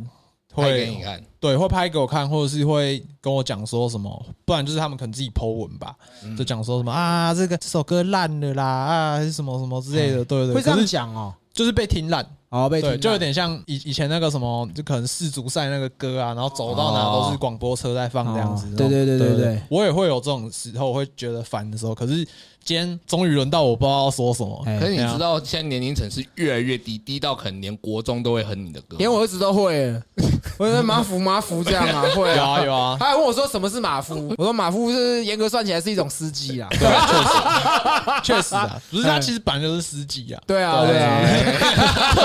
C: 拍给你啊
B: 会
C: 看，
B: 对会拍给我看，或者是会跟我讲说什么，不然就是他们可能自己 Po 文吧，
A: 嗯
B: 就讲说什么啊这个这首歌烂了啦啊还是什么什么之类的，对对对，
A: 嗯会这样
B: 可是
A: 讲哦？
B: 就是被听烂，
A: 哦，被
B: 对，
A: 停
B: 就有
A: 到
B: 点像以以前那个什么，就可能世足赛那个歌啊，然后走到哪都是广播车在放这样子
A: 哦。
B: 那种
A: 对对对对对
B: 我也会有这种时候，我会觉得烦的时候。可是今天终于轮到我，不知道要说什么。
A: 哎
C: 可是你
B: 对啊
C: 知道，现在年龄层是越来越低，低到可能连国中都会哼你的歌。
A: 连我儿子都会了， 我说马夫马夫这样 啊，会
B: 有
A: 啊
B: 啊有啊，
A: 他还问我说什么是马夫，我说马夫是严格算起来是一种司机啦。
B: 对啊，确实确实啊，不是
A: 哎
B: 他其实本来就是司机啊，
A: 对啊，
B: 对
A: 对啊，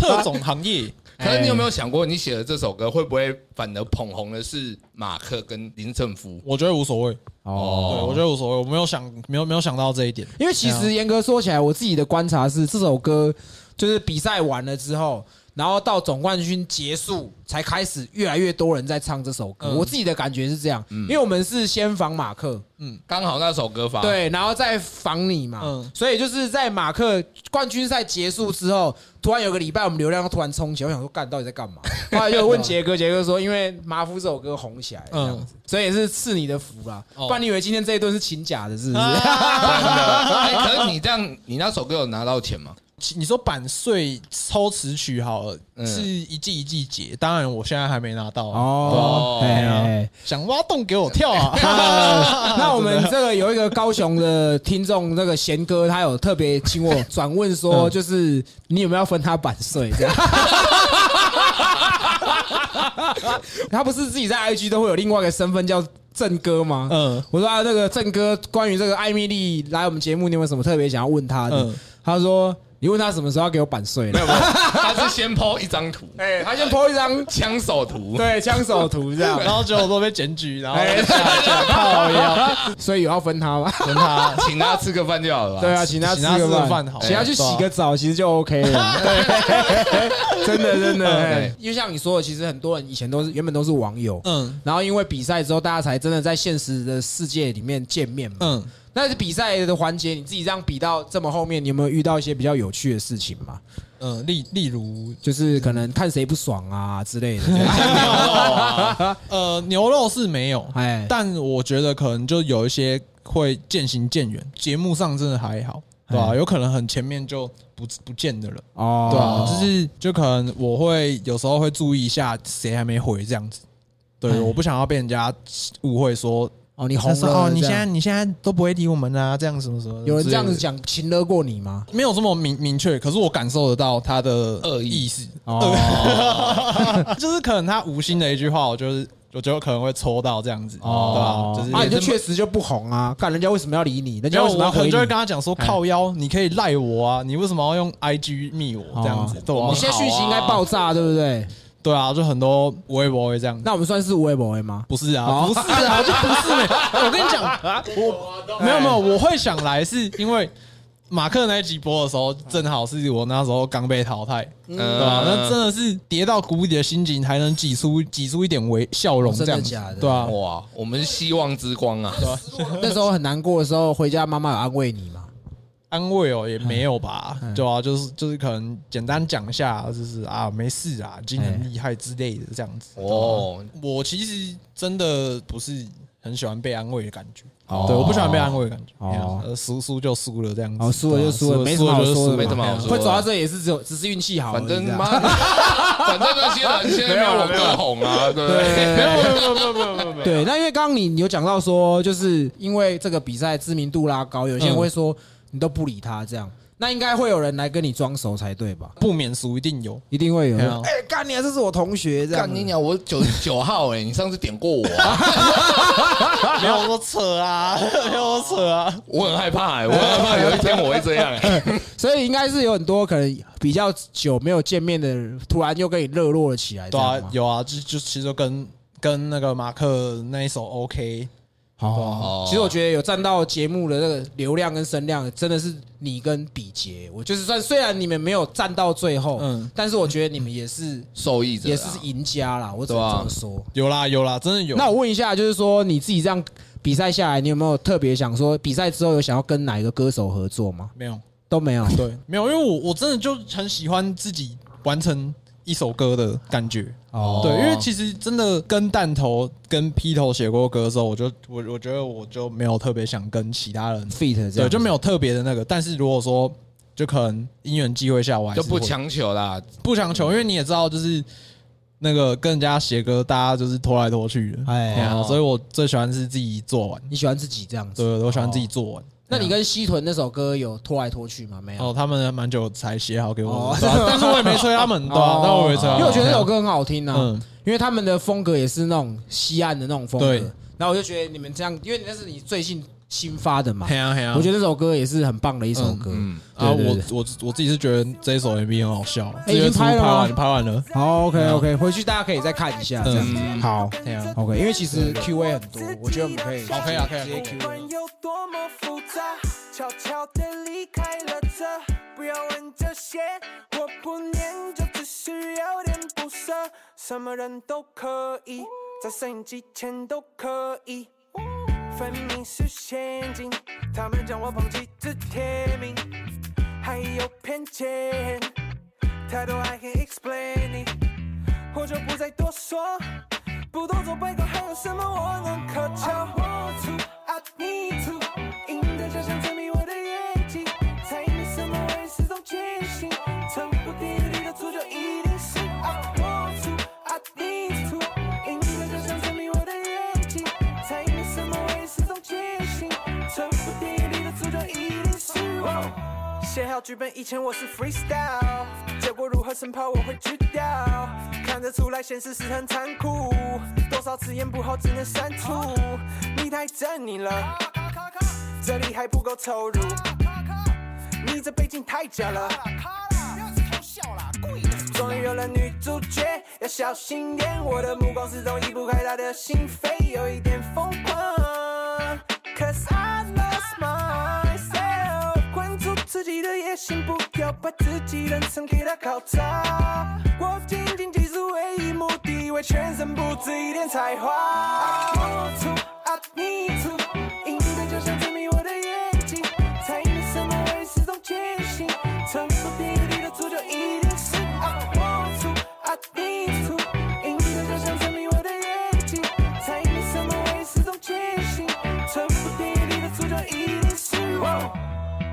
B: 特种行业。
C: 哎可是你有
A: 哎
C: 没有想过，你写的这首歌会不会反而捧红的是马克跟林正夫？
B: 我觉得无所谓，对
A: 哦，
B: 我觉得无所谓，我没有想，没有没有想到这一点。
A: 因为其实严格说起来，我自己的观察是，这首歌就是比赛完了之后，然后到总冠军结束才开始越来越多人在唱这首歌。
B: 嗯
A: 我自己的感觉是这样，因为我们是先仿马克，
C: 刚好那首歌发，，
A: 对，然后再防你嘛。
B: 啊嗯
A: 所以就是在马克冠军赛结束之后，突然有个礼拜我们流量突然冲起来，我想说干到底在干嘛？后来就
B: 啊
A: 问杰哥，杰哥说因为马夫这首歌红起来，这样子，所以也是赐你的福啦。
B: 嗯哦啊
A: 不然你以为今天这一顿是请假的，是不是？
C: 哎，可是你这样，你那首歌有拿到钱吗？
B: 其你说版税抽词曲好了，
C: 嗯
B: 是一季一季结，当然我现在还没拿到 啊
A: 哦，
C: 对啊
A: 哎
B: 对啊
A: 哎哎
B: 想挖洞给我跳啊！
A: 啊那我们这个有一个高雄的听众，那个贤哥，他有特别请我转问说，就是你有没有要分他版税？这样。他不是自己在 IG 都会有另外一个身份叫正哥吗？
B: 嗯
A: 我说啊，那个正哥，关于这个艾米丽来我们节目，你有没有什么特别想要问他的？
B: 嗯
A: 他说，你问他什么时候要给我版税
C: 没
A: 了？
C: 有，没有，他是先抛一张图，
A: 哎、他先 po 一张
C: 枪手图，
A: 对枪手图这 样，
B: 然后结果都被检举，然后
A: 哎
B: 下架靠腰，
A: 所以有要分他吗？
B: 跟他
C: 请他吃个饭就好了吧。
A: 对啊，请他
B: 请他
A: 吃
B: 吃个
A: 个
B: 饭好了啊
A: 请他去洗个澡，其实就 OK 了。对，真的真的，哎因为像你说的，其实很多人以前都是原本都是网友，
B: 嗯
A: 然后因为比赛之后，大家才真的在现实的世界里面见面嘛。
B: 嗯，
A: 但是比赛的环节，你自己这样比到这么后面，你有没有遇到一些比较有趣的事情嘛？
B: 嗯，例例如，
A: 就是可能看谁不爽啊之类的。
B: 呃，牛肉是没有，
A: 哎，
B: 但我觉得可能就有一些会渐行渐远，节目上真的还好，对吧、
A: 哎
B: 有可能很前面就不不见的了，
A: 哦
B: 对吧、就是就可能我会有时候会注意一下谁还没回这样子。对，
A: 哎
B: 我不想要被人家误会说，
A: 哦，你红
B: 他
A: 了
B: 说哦，你
A: 这
B: 现在
A: 样
B: 你现在都不会理我们啊，这样什么什么的之类的，
A: 有人这样子讲，亲了过你吗？
B: 没有这么明明确，可是我感受得到他的恶意思，
A: 哦，
B: 就是可能他无心的一句话，我就是我就可能会抽到这样子，哦对吧？就是
A: 啊，
B: 也
A: 你
B: 是
A: 就确实就不红啊，看人家为什么要理你？人
B: 没
A: 家
B: 有，
A: 为什么
B: 我哎
A: 要
B: 可
A: 回
B: 能
A: 你
B: 就会？跟他讲说靠腰，你可以赖我啊，你为什么要用 IG 密我这样子
A: 哦？
B: 对啊吧，
A: 你现在讯息应该爆炸，对不对？
B: 对啊，就很多我也不会这样。
A: 那我们算是微博 吗？
B: 不是啊，
A: 哦
B: 不是 啊，就不是没。我跟你讲，我没有没有，我会想来是因为马克那一集播的时候，正好是我那时候刚被淘汰，
C: 嗯，
B: 对
A: 啊
B: 吧、那真的是跌到谷底的心情，还能挤出挤出一点微笑容，
A: 哦真的
B: 这样子
A: 假的
B: 对啊，
C: 哇，我们是希望之光啊！
A: 那时候很难过的时候，回家妈妈有安慰你吗？
B: 安慰哦，也没有吧
A: 嗯，
B: 对啊，就是就是可能简单讲一下，就是啊，没事啊，今
A: 哎
B: 天很厉害之类的这样子。哦，
C: 哦，
B: 我其实真的不是很喜欢被安慰的感觉，
A: 哦
B: 对，我不喜欢被安慰的感觉。
A: 哦
B: 呃，输输就输了这样子，
A: 哦，输了就输了，没什么
B: 就
A: 好说的嘛，
C: 没什么好说的
A: 会走到这也是只有只是运气好而已，
C: 反正
A: 这样
C: 妈， 反正那些人现在没有我更红啊，对不对？
A: 对
B: 没有没有没有没有没有，啊
A: 对。那因为刚刚你有讲到说，就是因为这个比赛知名度拉高，有
B: 嗯
A: 些人会说你都不理他这样，那应该会有人来跟你装熟才对吧？
B: 不免俗一定有。
A: 一定会有人
B: 对啊
A: 说，哎，干你啊，这是我同学这样
C: 干。你娘！我九十九号哎，你上次点过我 啊，
B: 没有说扯啊， 没有说扯啊，
C: 我很害怕哎，我很害怕有一天我会这样哎。
A: 所以应该是有很多可能比较久没有见面的人，突然又跟你热络了起来，
B: 对啊
A: 这样，吗
B: 有啊，就就其实就跟跟那个马克那一首 OK，啊
A: 哦
C: 哦
A: 其实我觉得有占到节目的那个流量跟声量，真的是你跟比杰，我就是算虽然你们没有站到最后，嗯
B: 嗯，
A: 但是我觉得你们也是
C: 受益者啊
A: 也是赢家啦，我只能
C: 对啊
A: 这么说。
B: 有啦有啦，真的有。
A: 那我问一下，就是说你自己这样比赛下来，你有没有特别想说比赛之后有想要跟哪一个歌手合作吗？
B: 没有。
A: 都没有。
B: 对，没有，因为我我真的就很喜欢自己完成一首歌的感觉。
A: 哦
B: 对，因为其实真的跟弹头、跟劈头写过歌之后，我就我我觉得我就没有特别想跟其他人，
A: ，fit 这
B: 对，
A: 样
B: 就没
A: 有。
B: 有特别的那个。但是如果说就可能因缘际会下，我还是
C: 就不
B: 会
C: 强求啦。
B: 不强求，因为你也知道，就是那个跟人家写歌，大家就是拖来拖去的，
A: 哎
B: 哎呀，所以我最喜欢是自己做完，
A: 你喜欢自己这样
B: 对，
A: 子？
B: 我喜欢自己做完。
A: 那你跟西屯那首歌有拖来拖去吗？没有。
B: 哦，他们蛮久才写好给我
A: 哦
B: 的，对啊但是我也没催 他们，对啊，但我也没催他
A: 因
B: 们，
A: 为我觉得那首歌很好听啊，
B: 嗯
A: 因为他们的风格也是那种西岸的那种风格
B: 对。
A: 然后我就觉得你们这样，因为那是你最近新发的嘛
B: 嘿，啊嘿啊，
A: 我觉得这首歌也是很棒的一首歌。
C: 嗯，
B: 啊，
A: 对对
B: 我
A: 对
B: 我我自己是觉得这一首 MV 很好笑，
A: 哎已经
B: 这个是
A: 拍了吗
B: 拍完拍完了，
A: 好，OK OK，回去大家可以再看一下这样子。
C: 嗯
A: 好
B: 对啊，
A: ，OK，因为其实 Q&A 很多，我觉得我们可以
B: 好可以啊可以啊
A: 直接
B: 可
A: Q&A
B: 以
D: 不。管有多么复杂，悄悄地离开了这，不要问这些，我不念旧，只是有点不舍。什么人都可以，在摄影机前都可以，分明是陷阱。他们将我放弃至天明，还有偏见，太多 I can explain it，我就不再多说。不动作背后还有什么我能渴求？I want to, I need to，赢得就像证明我的眼睛，猜谜什么我也始终坚信，成不敌你的主角一定是 I want to, I need to，赢得就像证明我的眼睛，猜谜什么我也始终坚信，成不敌你的主角一定是我。写好剧本以前我是 freestyle，结果如何审判我会知道。看得出来现实是很残酷，多少次演不好只能删除。你太狰狞了，这里还不够投入。你这背景太假了。终于有了女主角，要小心点，我的目光始终移不开她的心扉，有一点疯狂。Cause I lost myself，关注自己的野心，不要把自己人生给它搞砸。我仅仅只是唯一目的，为全身不止一点才华。I want to, I need to，赢得就像证明我的眼睛，猜你什么我也始终坚信，成功定义里的主角一定是啊 I want to, I need to，赢得就像证明我的眼睛，猜你什么我也始终坚信，成功定义里的主角一定是我。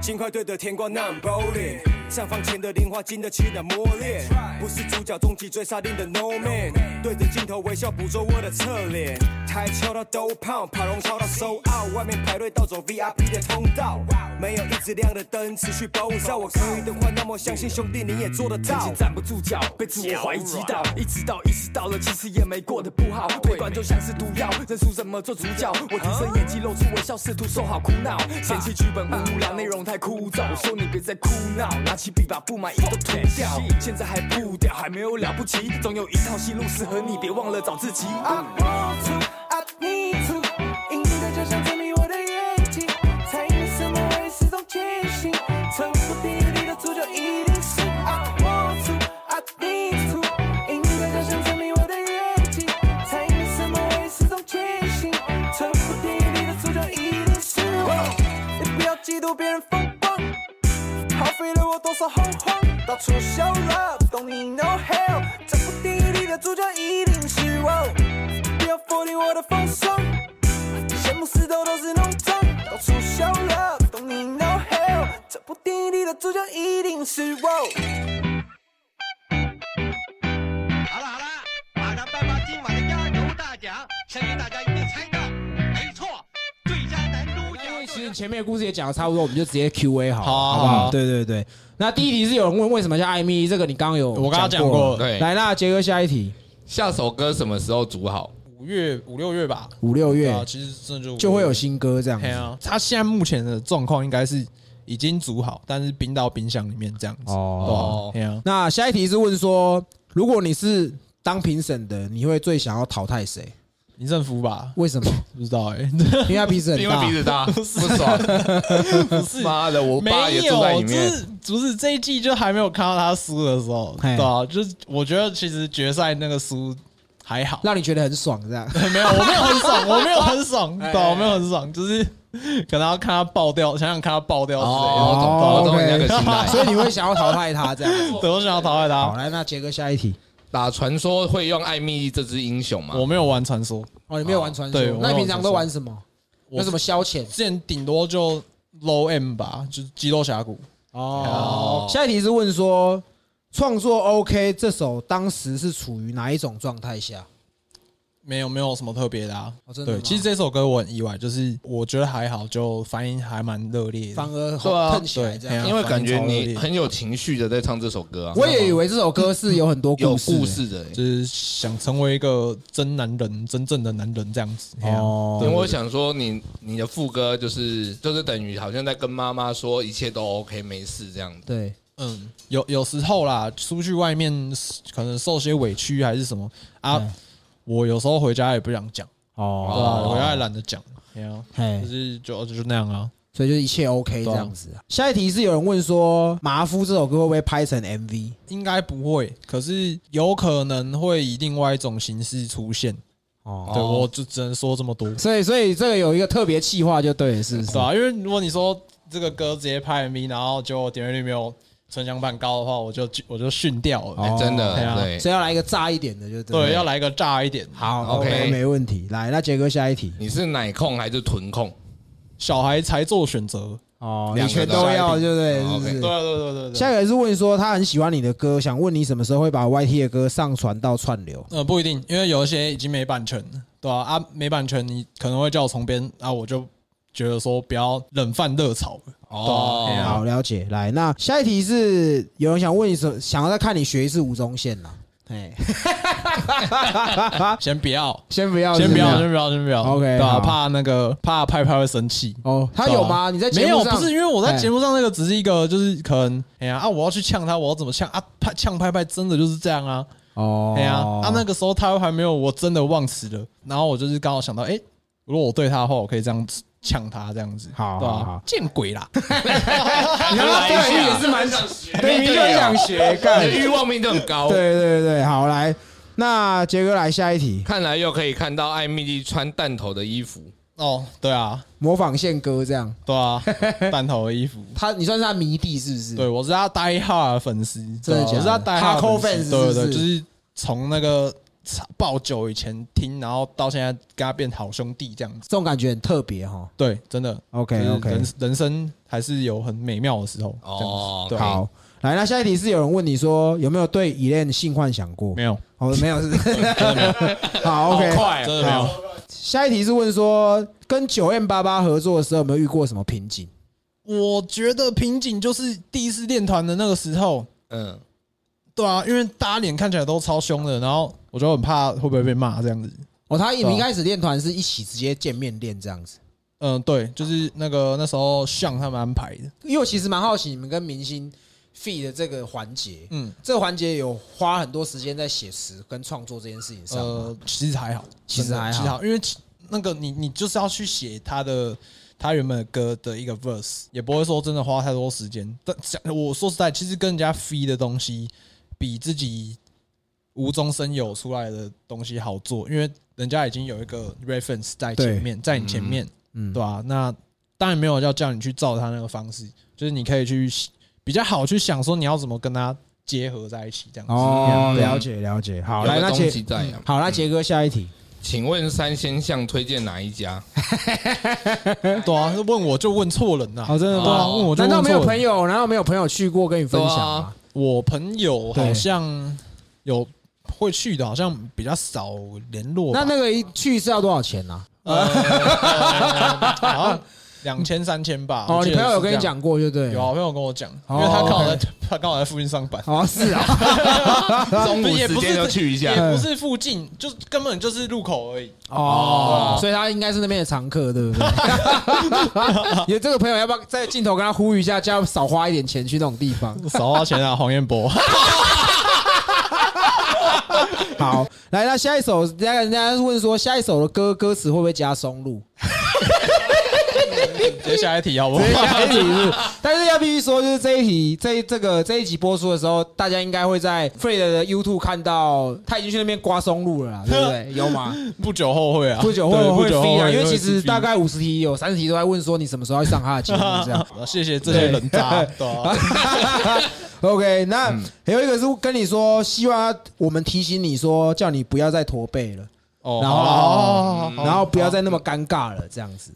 E: 轻快队的甜瓜 non bowling，上方前的莲花经得起那磨练，不是主角终极追杀令的 no man，对着镜头微笑捕捉我的侧脸，台敲到都胖，跑龙敲到 so out，外面排队盗走 VIP 的通道，没有一直亮的灯持续包绕，我可以的话，那么相信兄弟你也做得到。
F: 站不住脚，被自我怀疑击倒，一直到意识到了，其实也没过得不好。悲观就像是毒药，认输怎么做主角？我提升演技，露出微笑，试图收好苦恼，嫌弃剧本无聊，内容太枯燥。我说你别再哭闹，拿起笔把不满意都涂掉。现在还不屌，还没有了不起，总有一套戏路适合你，别忘了找自己。
D: I
E: Uh
D: want to, I need to，赢得就像证明我的眼睛，猜你什么我也始终坚信，成不敌你的主角一定是 I want to, I need to，赢得就像证明我的眼睛，猜你什么我也始终坚信，成不敌你的主角一定是我。你不要嫉妒别人风光，耗费了我多少洪荒，到处笑了，Don't need no help，这部电影里的主角一定是我，不要否定我的风霜，羡慕石头都是浓妆，到处笑了，Don't need no help，这部电影里的主角一定是我。
G: 好了好了，马上颁发今晚的压轴大奖，相信大家一定猜到，没错，最佳男主
A: 因为
G: 角。
A: 其实前面的故事也讲的差不多，我们就直接 Q A 好了，
B: 好啊
A: 好不
B: 好
A: 好？
B: 啊
A: 对对对。那第一题是有人问为什么叫艾米，这个你刚刚有
B: 我刚刚
A: 讲
B: 讲
A: 过
B: 过
A: 了。
C: 对，
A: 来，那杰哥下一题，
C: 下首歌什么时候组好？
B: 五月五六月吧，
A: 五六
B: 对
A: 月
B: 啊，其实真的就五六月
A: 就会有。新歌这样子
B: 嘿。啊，他现在目前的状况应该是已经煮好，但是冰到冰箱里面这样子。
A: 哦
B: 哦，嘿啊，
A: 那下一题是问说，如果你是当评审的，你会最想要淘汰谁？
B: 林正福吧，
A: 为什么？
B: 不知道哎，
A: 因为他鼻子很
C: 因为
A: 大
C: 鼻。子 大，不爽。
B: 不是
C: 妈的，我
B: 没
C: 爸也住在
B: 有，
C: 里
B: 就
C: 面。
B: 是不是这一季就还没有看到他输的时候，
A: 嘿
B: 对啊，就是我觉得其实决赛那个输还好，
A: 让你觉得很爽，这样
B: 没 有，我没有很爽，我没有很爽，
A: 哎
B: 对啊，我没有很爽，就是可能要看他爆掉，想想看他爆掉之类的，
C: 哦，我懂，我懂你那个心 态。
A: 所以你会想要淘汰他这 样。
B: 对，我想要淘汰
A: 好，
B: 他。
A: 来，那杰哥下一题。
C: 打传说会用艾米这只英雄吗？
B: 我没有玩传说，
A: 哦，你没有玩传说
B: 对我，没有
A: 那你平
B: 玩
A: 常
B: 传
A: 都
B: 说
A: 玩什么？
B: 我
A: 有什么消遣？
B: 之前顶多就 low M 吧，就是肌肉峡谷，
A: 哦，下一题是问说，创作 OK 这首当时是处于哪一种状态下？
B: 没有没有什么特别的啊
A: 哦。真的吗
B: 对，其实这首歌我很意外，就是我觉得还好，就反应还蛮热烈的。
A: 反而
C: 对啊
A: 好碰起来这
B: 对
A: 样
B: 啊。
C: 因为感觉你很有情绪的在唱这首歌啊，
A: 我也以为这首歌是有很多
C: 有
A: 故事，
C: 故事的欸。
B: 就是想成为一个真男人，真正的男人这样子。
A: 哦
B: 哦，
C: 因为我想说你，你的副歌就是就是等于好像在跟妈妈说一切都 OK 没事这样子。
A: 对，
B: 嗯，有有时候啦，出去外面可能受些委屈还是什么啊，我有时候回家也不想讲，对吧、
A: 嗯哦，
B: 回家也懒得讲，对啊，
A: 嘿
B: 就是就就那样啊。
A: 所以就是一切 OK 这样子。啊下一题是有人问说，《麻夫》这首歌会不会拍成 MV？
B: 应该不会，可是有可能会以另外一种形式出现。
A: 哦
B: 对，我就只能说这么多，
A: 所以所以这个有一个特别企划就对了，是不
B: 是
A: 是？
B: 吧、因为如果你说这个歌直接拍 MV，然后就点阅率没有春香版高的话，我就我就训掉了。
A: 哦
C: 哎真
B: 对
C: 的
B: 啊
C: 对，
A: 所以要来一个炸一点的，就
B: 对，要
A: 来
B: 来个炸一点。
A: 好
C: OK
A: ，OK，没问题。来，那杰哥下一题
C: 你是奶控还是臀控？
B: 小孩才做选择。
A: 哦，
C: 两
A: 你
C: 个
A: 全
C: 都
A: 都要，
C: 下一题
A: 对不对？
C: 哦，OK
A: 是不是？
B: 对啊对对对对。
A: 下一个人是问说他很喜欢你的歌，想问你什么时候会把 YT 的歌上传到串流？
B: 呃，不一定，因为有一些已经没版权了，对吧、啊？没版权，你可能会叫我重编，啊，我就觉得说不要冷饭热炒了。
C: 哦
B: 对啊
A: 哎好，了解。来，那下一题是有人想问你什么，想要再看你学一次吴宗宪啦。哎，
B: 先不要，
A: 先不要，
B: 先不要，
A: 是
B: 先不要，先不要。
A: OK，
B: 对吧、啊
A: 好
B: 怕那个怕派派会生气。啊
A: 哦，他有吗？你在节
B: 没有
A: 目，上哎
B: 不是因为我在节
A: 目
B: 目上那个只是一个，就是可能，哎呀啊，我要去呛他，我要怎么呛啊？派呛派派真的就是这样啊，
A: 哦，
B: 哎呀啊，那个时候他还没有我真的忘词了，然后我就是刚好想到，哎，如果我对他的话，我可以这样子呛他这样子，
A: 好
B: 对
A: 好
B: 吧
A: 好？
B: 见鬼啦！
A: 你看他啊对也是蛮对，明明就很想学干
C: 你的。欲望命就很
B: 哦
C: 高。
A: 对对对，好来，那杰哥来下一题，
C: 看来又可以看到艾米丽穿弹头的衣服，
B: 哦，对啊，
A: 模仿宪哥这样，
B: 对啊，弹头的衣服。
A: 他你算是他迷弟是不 是？
B: 对，我是他 Die Hard 的粉丝，
A: 真的假的
B: 对我是他 Die Hard 的
A: Hardcore
B: 粉
A: fans
B: 丝对对
A: 是
B: 对，
A: 不是
B: 就是从那个爆酒以前听，然后到现在跟他变好兄弟这样子。
A: 这种感觉很特别哈。
B: 对，真的
A: OK，
B: 就是
A: OK
B: 人人生还是有很美妙的时候。
C: 哦
B: 哦，对，
A: 好，来，那下一题是有人问你说有没有对 Elaine 性幻想过？
B: 没有，
A: 哦，没 有是不是 好 OK。
B: 哎真的没有。
A: 下一题是问说跟九 M 八八合作的时候有没有遇过什么瓶颈？
B: 我觉得瓶颈就是第一次练团的那个时候，
C: 嗯，
B: 对啊，因为大家脸看起来都超凶的，然后我就很怕会不会被骂这样子。
A: 哦，他你
B: 对啊
A: 一开始练团是一起直接见面练这样子，
B: 嗯，对，就是那个那时候向他们安排的，
A: 因为我其实蛮好奇你们跟明星 fee 的这个环节，
B: 嗯，
A: 这个环节有花很多时间在写词跟创作这件事情上吗。
B: 呃，其实还好，
A: 其实
B: 真的
A: 还好
B: 其实好，因为其那个你你就是要去写他的他原本的歌的一个 verse，也不会说真的花太多时间。但讲我说实在，其实跟人家 fee 的东西比自己无中生有出来的东西好做，因为人家已经有一个 reference 在前面，在你前面，
A: 嗯
B: 嗯，对吧、那当然没有要叫你去照他那个方式，就是你可以去比较好去想说你要怎么跟他结合在一起这样子。
A: 哦，
C: 对
A: 了解了解。好，
C: 有
A: 来
C: 个
A: 那
C: 东西
A: 杰，
C: 在啊。
A: 好，那杰哥下一题。
C: 请问三仙像推荐哪一家？
B: 对啊，问我就问错人啦、
A: 哦，真的
B: 对啊，
A: 吗？
B: 问我就
A: 难
B: 问
A: 道没有
B: 错人
A: 朋？友？难道没有朋友去过跟你分享
C: 对
A: 吗
C: 啊？
B: 我朋友
A: 对
B: 好像有会去的，好像比较少联络吧。
A: 那那个一去是要多少钱啊呢？
B: 那好像两千三千吧。
A: 哦，
B: 我
A: 你
B: 记
A: 朋
B: 得
A: 友有
B: 是这
A: 跟你
B: 样？
A: 讲过，就对。
B: 有啊，我朋友跟我讲，因
A: 哦
B: 为他刚好在 他刚好在附近上班，
A: 哦，是 啊。
C: 中午
B: 也
C: 时
B: 不
C: 间
B: 是
C: 就去一下，
B: 也不是附近，就根本就是路口而已。
A: 哦，所以他应该是那边的常客， 对不对？你的这个朋友要不要在镜头跟他呼吁一下，叫他少花一点钱去那种地方？
B: 少花钱啊，黄彦博。
A: 好，来，那下一首，人家人家问说，下一首的歌歌词会不会加松 露？
B: 直接下一题好不好
A: 所以？下一题哎是，但是要必须说，就是这一题，这一这个这一集播出的时候，大家应该会在 Fred 的 YouTube 看到他已经去那边刮松露 了啦，对不对？有吗？
B: 不久后会啊，
A: 不久会
B: 对
A: 会
B: 不久后
A: feed 啊，
B: 会，
A: 因为其实
B: 会 feed
A: 大概五十题有三十题都在问说你什么时候要上他的节目这 样。
B: 啊谢谢这些人渣，对啊
A: OK，那还有一个是跟你说，希望他我们提醒你说，叫你不要再驼背了，
B: 哦
A: 然嗯
B: 好啦好啦好啦好啦
A: 后然后不要再那么尴尬了，这样子。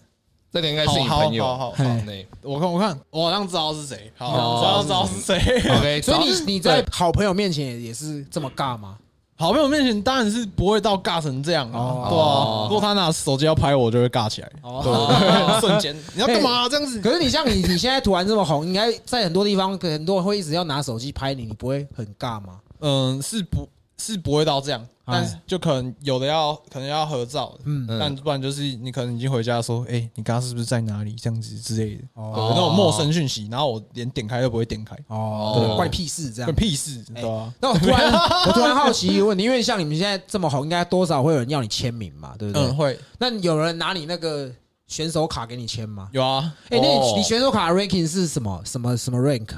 C: 这个应该是你
B: 好好
C: 朋友。
B: 好好好
C: 好对
B: 我看我哦看，我好像知道是谁，好，
C: 哦
B: 我好像知道是谁。
C: ，OK。
A: 所以
C: 找
A: 你你在好朋友面前也也是这么尬 吗？
B: 好朋友面前当然是不会到尬成这样
A: 哦
B: 啊，对啊。如果他拿手机要拍我，我就会尬起来，对， 瞬间你要干嘛啊这样子？
A: 哎可是你像你你现在突然这么红，应该在很多地方，可能很多人会一直要拿手机拍你，你不会很尬吗？
B: 嗯，是不，是不会到这样，
A: 哎
B: 但是就可能有的要可能要合照，嗯，但不然就是你可能已经回家说，哎，你刚刚是不是在哪里这样子之类的，对那种陌生讯息，然后我连点开都不会点开，
A: 哦，哎怪屁事这样
B: 关。屁事，对啊吧？
A: 那我突然 我突然好奇一个问题，因为像你们现在这么红，应该多少会有人要你签名嘛，对不对？
B: 嗯，会
A: 那有人拿你那个选手卡给你签吗？
B: 有啊
A: 哎、那
C: 哦
A: 你你选手卡 ranking 是什么什么什么 rank？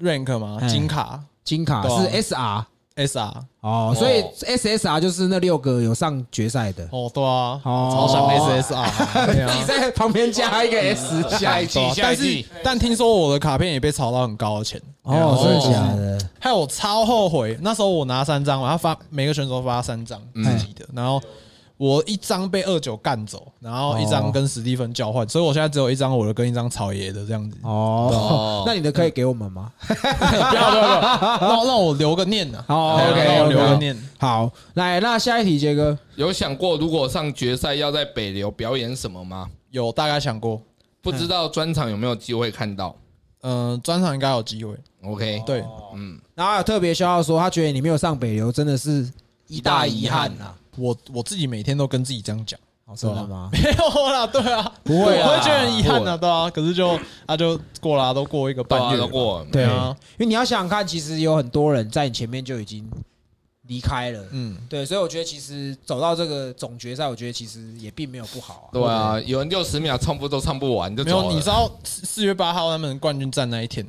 B: ，rank 嘛，
A: 哎
B: 金卡
A: 金卡
B: 对啊
A: 是 SR
B: SR，
A: 哦，所以 SSR 就是那六个有上决赛的。
B: 哦，对啊，
A: 哦
B: 超 想 SSR，对啊哦
A: 自己在旁边加一个 S，
C: 下一季
B: 对啊，
C: 下
B: 但
C: 一季
B: 是但听说我的卡片也被炒到很高的钱
A: 哦，真的假的？
B: 害我超后悔，那时候我拿三张嘛，他发每个选手发三张
A: 嗯
B: 自己的，然后我一张被二九干走，然后一张跟史蒂芬交换，所以我现在只有一张我的跟一张草爷的 这样子。
A: 哦
B: 啊
C: 哦，
A: 那你的可以给我们吗？
B: 不要不要不要，让让我留个念呐、
A: 哦
B: 对啊
A: OK，
B: 让我留
A: OK
B: 个念。
A: 好，来，那下一题，杰哥，
C: 有想过如果上决赛要在北流表演什么吗？
B: 有大概想过，
C: 不知道专场有没有机会看到
B: 嗯、专场应该有机会。
C: ？OK，
B: 对，
C: 嗯，
A: 然后还有特别消耗说，他觉得你没有上北流，真的是一大遗憾呐。
B: 我我自己每天都跟自己这样讲，
A: 哦真的吗？
B: 啊没有啦，对啊，
A: 不会啦
B: 我会觉得很遗憾的、
C: 不会
B: 啊，对啊。可是就啊就过了啊、都过一个
C: 对
B: 半
C: 啊，
B: 月了
C: 都
B: 嘛
C: 过了。
A: 对
B: 啊，
A: 因为你要想想看，其实有很多人在你前面就已经离开了，
B: 嗯，
A: 对，所以我觉得其实走到这个总决赛，我觉得其实也并没有不好啊。
C: 对啊，有人六十秒唱不都唱不完就
B: 没
C: 走
B: 有，
C: 了
B: 你知道四四月八号他们冠军战那一天，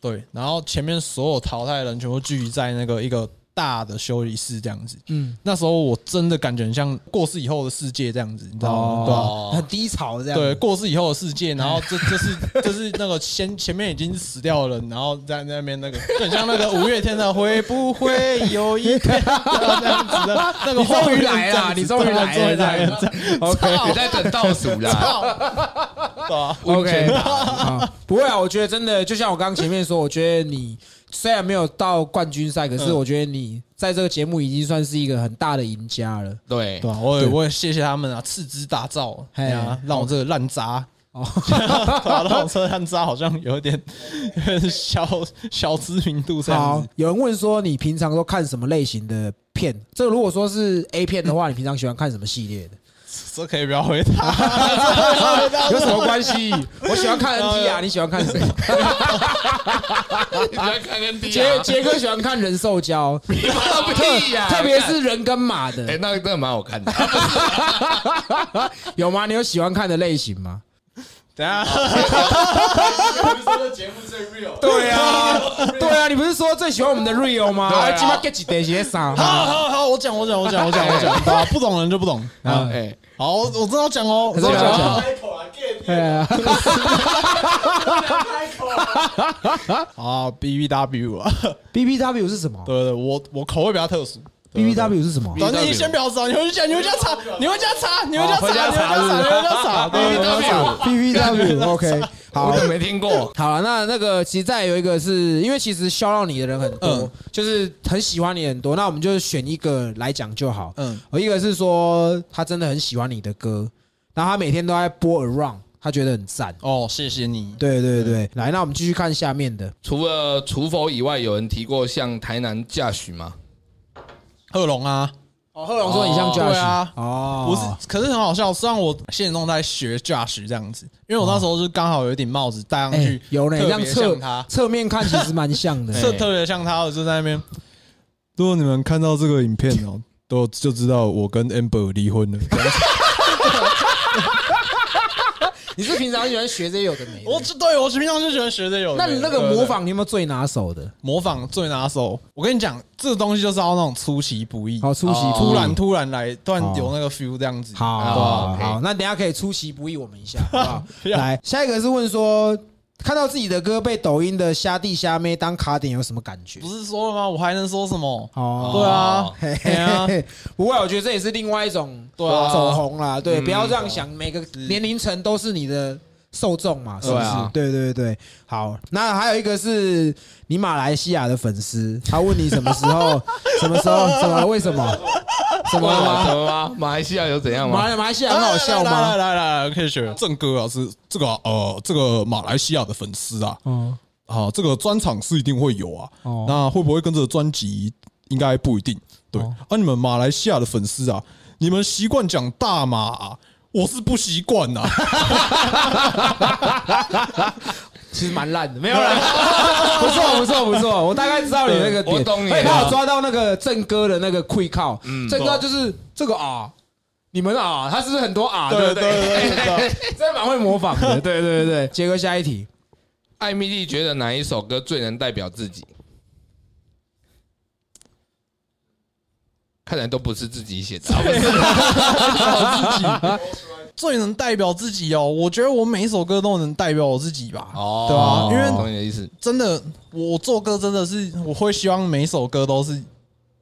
B: 对，然后前面所有淘汰的人全部聚集在那个一个大的休息室这样子。
A: 嗯，
B: 那时候我真的感觉很像过世以后的世界这样子，你知道吗？对啊
A: 哦很低潮这样。
B: 对，，过世以后的世界，然后 这这是这是那个先前面已经死掉了，然后在那边那个就很像那个五月天的会不会有一天这样子 的那个
A: 你终
B: 画面
A: 于来
B: 这样
A: 了
B: 子
A: 你终于
B: 对 啊
A: 来
B: 终
A: 了
B: 于来了，这样操
C: 你在等倒数啦。
B: 对啊
A: OK，好 不会啊，我觉得真的就像我刚刚前面说，我觉得你虽然没有到冠军赛，可
B: 嗯
A: 是我觉得你在这个节目已经算是一个很大的赢家了。
C: 对
B: 对，啊，我也我也谢谢他们啊，斥资打造啊，
A: 嘿
B: 哎呀，让我这个烂渣，
A: 哦，
B: 对啊让我这个烂渣好像有点有点小小知名度这样
A: 好
B: 子。，
A: 有人问说你平常都看什么类型的片？这个如果说是 A 片的话，你平常喜欢看什么系列的？
B: 这可以不要回答，
A: 有什么关系？我喜欢看 NT 啊，你喜欢看谁？
C: 你在看跟地
A: 杰
C: 啊？
A: 杰哥喜欢看人兽交，
C: 你放屁呀！
A: 特别是人跟马
C: 哎，
A: 的，
C: 那个真的蛮好看的。
A: 有吗？你有喜欢看的类型吗？
B: 等一下
A: 对啊，对啊，你不是说最喜欢我们的 Rio 吗？
C: 对啊
A: 今晚 get 几点些啥？
B: 好好好，我讲我讲我讲我讲我 讲，对啊不懂的人就不懂啊。
C: 哎，
B: 好，我我知道讲哦，我知道
A: 真的
B: 讲
A: 假
B: 哦
A: 的。对啊，
B: 啊，B B W 啊，
A: B B W 是什么
B: 对对，我我口味比较特殊。
A: ？B 啊 B W 是什么？
B: 等你先不要知道，你回去讲，你回家查，你回家查，你回家查，
A: 回
B: 你
A: 家
B: 回家
A: 查
B: 查，你回家查，对对对
A: B B W OK，好
C: 我，都没听过。
A: 好了，那那个其实再有一个是因为其实销到你的人很多，
B: 嗯
A: 就是很喜欢你很多，那我们就选一个来讲就好。嗯
B: 嗯，
A: 一个是说他真的很喜欢你的歌，然后他每天都在播 Around，他觉得很赞。
B: 哦，谢谢你。
A: 对对对，来，那我们继续看下面的。
C: 除了除否以外，有人提过像台南嫁许吗？
B: 贺龙啊，
A: 哦，贺龙说你像 Josh，、
B: 对啊
A: 哦，
B: 我是，可是很好笑。虽然我现实中在学 Josh 这样子，因为我那时候就刚好有一顶帽子戴上
A: 哎、
B: 去，
A: 有呢，哎
B: 特
A: 这样
B: 别像
A: 侧
B: 他，
A: 侧面看其实蛮像 的。
B: 特特别像他，我就在那边。如果你们看到这个影片哦，都就知道我跟 Amber 离婚了。
A: 你是平常喜欢学这些有的没
B: 我
A: 的？
B: 就对我平常就喜欢学这有的
A: 那
B: 没的。
A: 你那个
B: 对对对
A: 模仿，你有没有最拿手的？
B: 模仿最拿手，我跟你讲，这个东西就是要那种出其不意，
A: 好，出席
C: 哦
B: 突然突然来，突然有那个 feel 这样子。
A: 好
C: 好
A: 啊好
C: ，OK
A: 好，那等一下可以出其不意我们一下，好不好？
B: 要
A: 来，下一个是问说看到自己的歌被抖音的虾弟虾妹当卡点有什么感觉？
B: 不是说了吗？我还能说什么？
A: 哦
B: 对啊，
A: 嘿
B: 对啊
A: 嘿，嘿，不会，我觉得这也是另外一种
B: 对啊
A: 走红啦。对，不要这样想，每个年龄层都是你的受众嘛，是不
B: 对
A: 是
B: 啊？
A: 对对对，好。那还有一个是你马来西亚的粉丝，他问你什么时候、什么时候、什么为什么、什
C: 怎
A: 么
C: 么
A: 吗？
C: 怎么吗？马来西亚有怎样
A: 马
C: 吗？
A: 来马来西亚很好笑
B: 来来
A: 吗？
B: 来来来，可以学郑哥啊，是这个啊呃，这个马来西亚的粉丝啊，
A: 嗯，
B: 啊，这个专场是一定会有啊。
A: 哦
B: 那会不会跟着专辑？应该不一定。对，
A: 哦
B: 啊，你们马来西亚的粉丝啊，你们习惯讲大马、啊，我是不习惯啊呐。
A: 其实蛮烂的，没有啦。 不错不错不错，我大概知道你那个点，
C: 我懂你
A: 哎
C: 了
A: 刚好抓到那个正哥的那个 quick call，正哥就是这个啊。你们啊，他是不是很多啊？对不对？
B: 对对，
A: 真的蛮会模仿的。对对对对，杰哥下一题，
C: 艾米丽觉得哪一首歌最能代表自己？看来都不是自己 写的，啊不是
B: 最能代表自己哦，我觉得我每一首歌都能代表我自己吧。
A: 哦
B: 对吧？因为
C: 哦懂你的意思，
B: 真的，我做歌真的是，我会希望每一首歌都是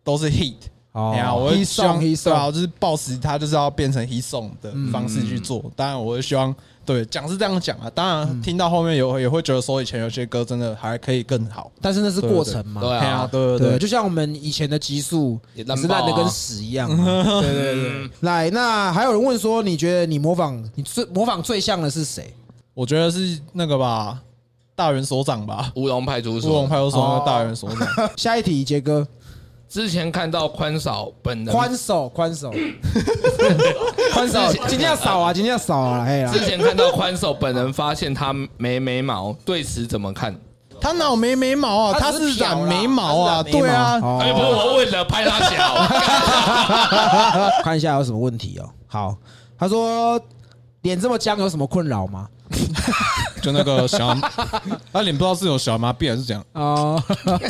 B: 都是 hit。
A: 哦
B: 哎呀，我会
A: hit
B: 希望
A: song，hit
B: 对啊，
A: song
B: 我就是抱持它就是要变成 hit song 的方式去做。
A: 嗯
B: 当然，我会希望对讲是这样讲啊，当然听到后面有也会觉得说以前有些歌真的还可以更好。
A: 但是那是过程嘛。
C: 对
B: 哎呀
C: 啊，
B: 对
A: 对
B: 对
A: 就像我们以前的集数
C: 也
A: 也
C: 烂爆啊
A: 是烂的跟屎一样嘛。对对对，来，那还有人问说，你觉得你模仿你最模仿最像的是谁？
B: 我觉得是那个吧，大元所长吧，
C: 乌龙派出
B: 乌龙
C: 所。
B: 派出所
A: 哦
B: 那个大元所长。
A: 下一题，杰哥，
C: 之前看到宽嫂本人，
A: 宽 手，宽手，宽 手，今天要扫啊，今天要扫啊，哎 呀，
C: 之前看到宽嫂本人发现她没眉毛，对此怎么看？
B: 他哪有没眉毛啊？他
A: 他
B: 是
A: 只是
B: 染
A: 漂啦
B: 眉毛啊，
A: 他是染眉毛
B: 对啊，
A: 哦
C: 哎，不是我问了，拍他小。
A: 看一下有什么问题哦。好，他说脸这么僵有什么困扰吗？
B: 就那个小， 他脸不知道是有小麻痹还是怎样。
A: 哦，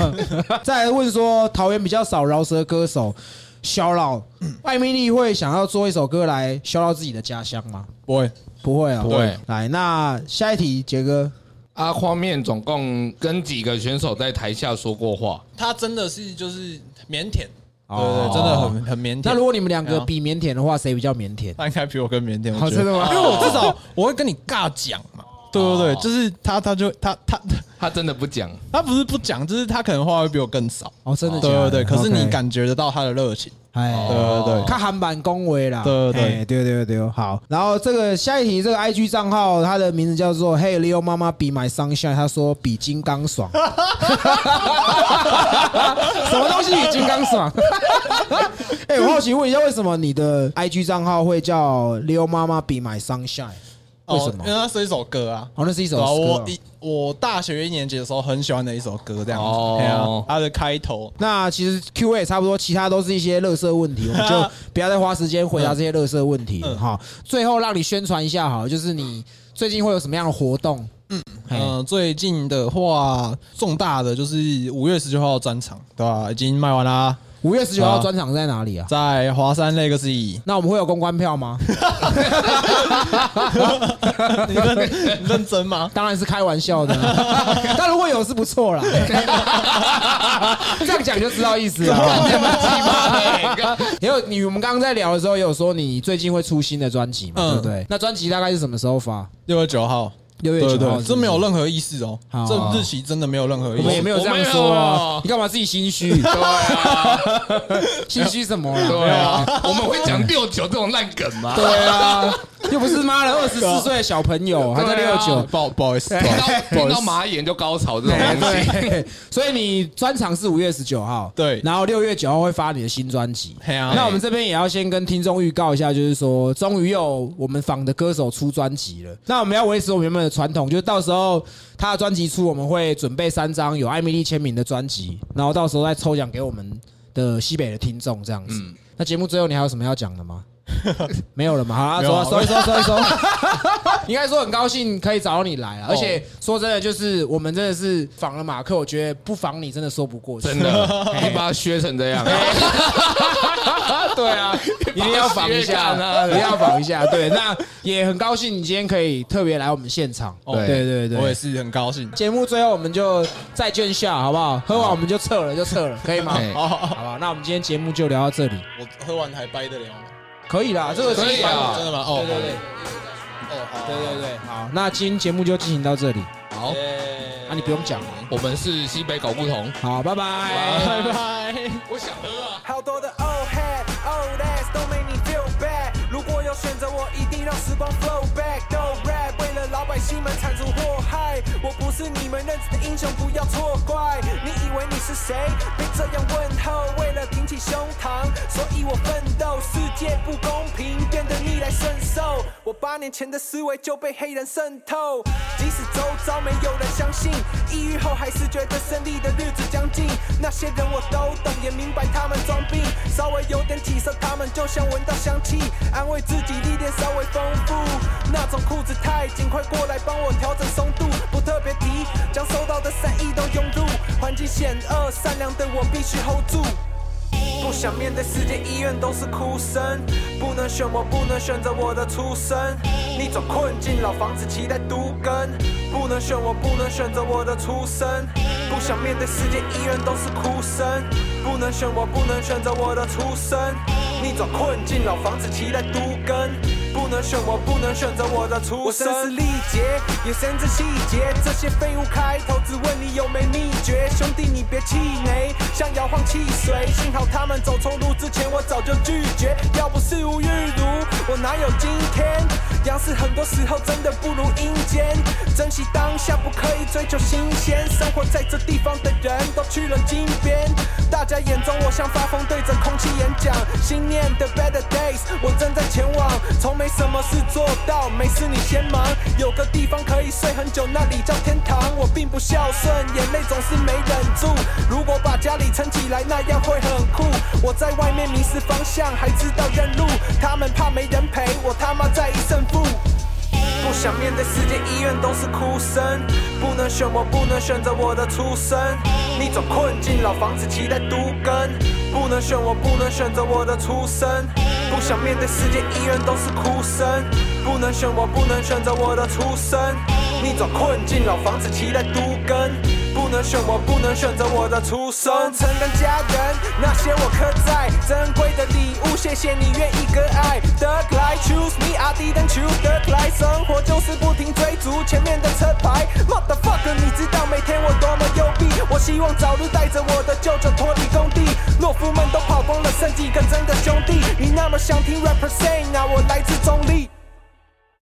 A: 再来问说桃园比较少饶舌歌手，小老艾米丽会想要做一首歌来消到自己的家乡吗？
B: 不会，
A: 不会啊，
B: 不会。
A: 来，那下一题，杰哥，
C: 阿宽面总共跟几个选手在台下说过话？
B: 他真的是就是腼腆，
A: 哦
B: 对对，真的很很腼腆。
A: 那如果你们两个
B: 对啊
A: 比腆腆的话，谁比较腼腆？
B: 他应该比我更腼腆，我
A: 好
B: 觉得
A: 真的吗
B: 因为我至少我会跟你尬讲嘛，哦对不对？就是他，他就他他
C: 他真的 不讲，
B: 他不是不讲，就是他可能话会比我更少，
A: 哦，真的
B: 对
A: 假的
B: 对对。可是你
A: OK
B: 感觉得到他的热情，对
A: 哎，
B: 对对。
A: 看韩版恭维啦，
B: 对对对
A: 哎对对对，好。然后这个下一题，这个 IG 账号，它的名字叫做 Hey Leo 妈妈 Be My Sunshine，他说比金刚 爽，什么东西比金刚爽？ 哎、我好奇问一下，为什么你的 IG 账号会叫 Leo 妈妈 Be My Sunshine？为什
B: 哦
A: 么
B: 因为？它是一首歌啊，
A: 哦，那是一首
B: 对啊，
A: 歌哦
B: 我一我大学一年级的时候很喜欢的一首歌，这样子
C: 哦，
B: 对啊，它的开头
A: 那其实 Q A 也差不多，其他都是一些乐色问题，我们 就不要再花时间回答这些乐色问题
B: 嗯
A: 了哈。最后让你宣传一下好了，就是你最近会有什么样的活动？嘿
B: 嗯，最近的话，重大的就是五月十九号的专场，对吧、已经卖完啦，
A: 五月十九号专场在哪里 啊？
B: 在华 山 Legacy。
A: 那我们会有公关票 吗？
B: 你认你 认真吗？
A: 当然是开玩笑的啊， 但如果有是不错啦。这样讲就知道意思 了。
B: 啊
A: 也有你，我们刚刚在聊的时候也有说你最近会出新的专辑嘛，
B: 嗯
A: 对不对？那专辑大概是什么时候发？
B: 六月九号，
A: 六月九号
B: 对对，
A: 是不是，
B: 这没有任何意思哦
A: 好，
B: 这日期真的没有任何
A: 我们也
B: 意
A: 没
B: 思。
A: 有这样说啊
C: 我没有，
A: 你干嘛自己心虚？
C: 对啊，
A: 心虚什么啦？
C: 对啊，我们会讲六九这种烂梗吗？
A: 对啊，又不是妈的二十四岁的小朋友，还在
C: 啊对
A: 六
C: 啊
A: 九。
B: 不好不好意思，
C: 听到
B: 不好
C: 听
B: 意
C: 到
B: 思，
C: 马眼就高潮这种
A: 哎
C: 东西，
A: 对， 所以你专场是五月十九号，
B: 对
A: 然后六月九号会发你的新专辑。
B: 嘿啊
A: 那我们这边也要先跟听众预告一下，就是说，终于有我们访的歌手出专辑了。那我们要维持我们原本的传统，就是到时候他的专辑出，我们会准备三张有艾米丽签名的专辑，然
B: 嗯
A: 后到时候再抽奖给我们的西北的听众这样子。那节目最后你还有什么要讲的吗？没有了嘛，好啦，
B: 没有
A: 收
B: 啊
A: 收一收收一收。 应该说很高兴可以找到你来了，啊
B: 哦
A: 而且说真的，就是我们真的是仿了马克，我觉得不仿你真的说不过去，
C: 真的， 你把它削成这样，
B: 哎
A: 对啊，一定要仿一下，一定要仿一下。对，那也很高兴你今天可以特别来我们现场。
B: 哦
A: 对对
B: 我
A: 对
B: 也。是很高兴。
A: 节目最后我们就再见下，好不好？喝完我们就撤了，就撤了，可以吗？
C: 哎
A: 好，好吧，那我们今天节目就聊到这里，
B: 我喝完还掰得了吗？
A: 可以啦，这个是
C: 可以啊
B: 真的吗？哦，
A: 对对对，
B: 哦，好，
A: 对对对，好，那今天节目就进行到这里，
C: 好，
A: 啊，你不用讲了，
C: 我们是西北搞不同，
A: 好，拜拜。
B: 拜拜。
C: 我想喝啊。
D: 好多的 oh old head old ass 都没你 feel bad。如果有选择，我一定让时光 flow back。No rap，为了老百姓们铲除祸害。我不是你们认知的英雄，不要错怪。你以为你是谁？别这样问候。为了挺起胸膛，所以我奋斗。世界不公平，变得逆来顺受。我八年前的思维就被黑人渗透，即使周遭没有人相信，抑郁后还是觉得胜利的日子将近。那些人我都懂，也明白他们装病，稍微有点起色，他们就像闻到香气，安慰自己历练稍微丰富。那种裤子太紧，快过来帮我调整松度，不特别提，将收到的善意都涌入，环境险恶，善良的我必须 hold 住。不想面对世界，医院都是哭声。不能选，我不能选择我的出身。逆转困境，老房子期待独根。不能选，我不能选择我的出身。不想面对世界，医院都是哭声。不能选，我不能选择我的出身。逆转困境，老房子期待独根。不能选，我不能选择我的出身。我声嘶力竭，也深知细节。这些废物开头只问你有没秘诀，兄弟你别气馁，像摇晃汽水。幸好他们走错路之前，我早就拒绝。要不是吴玉如，我哪有今天？杨氏很多时候真的不如阴间，珍惜当下，不可以追求新鲜。生活在这地方的人都去了金边，大家眼中我像发疯，对着空气演讲。新念的 better days，我正在前往。从没什么事做到，没事你先忙。有个地方可以睡很久，那里叫天堂。我并不孝顺，眼泪总是没忍住。如果把家里撑起来，那样会很酷。我在外面迷失方向，还知道认路。他们怕没人陪，我他妈在意胜负。不想面对世界，医院都是哭声。不能选，我不能选择我的出身。逆转困境，老房子期待独根。不能选，我不能选择我的出身。不想面对世界，医院都是哭声。不能选，我不能选择我的出身。逆转困境，老房子期待独根。不能选我，不能选择我的出身。承担家人那些我刻在珍贵的礼物，谢谢你愿意割爱。Third life choose me, I didn't choose third life。生活就是不停追逐前面的车牌。Motherfucker，你知道每天我多么幽闭。我希望早日带着我的舅舅脱离工地。懦夫们都跑光了，剩几个真的兄弟。你那么想听 represent 啊？我来自。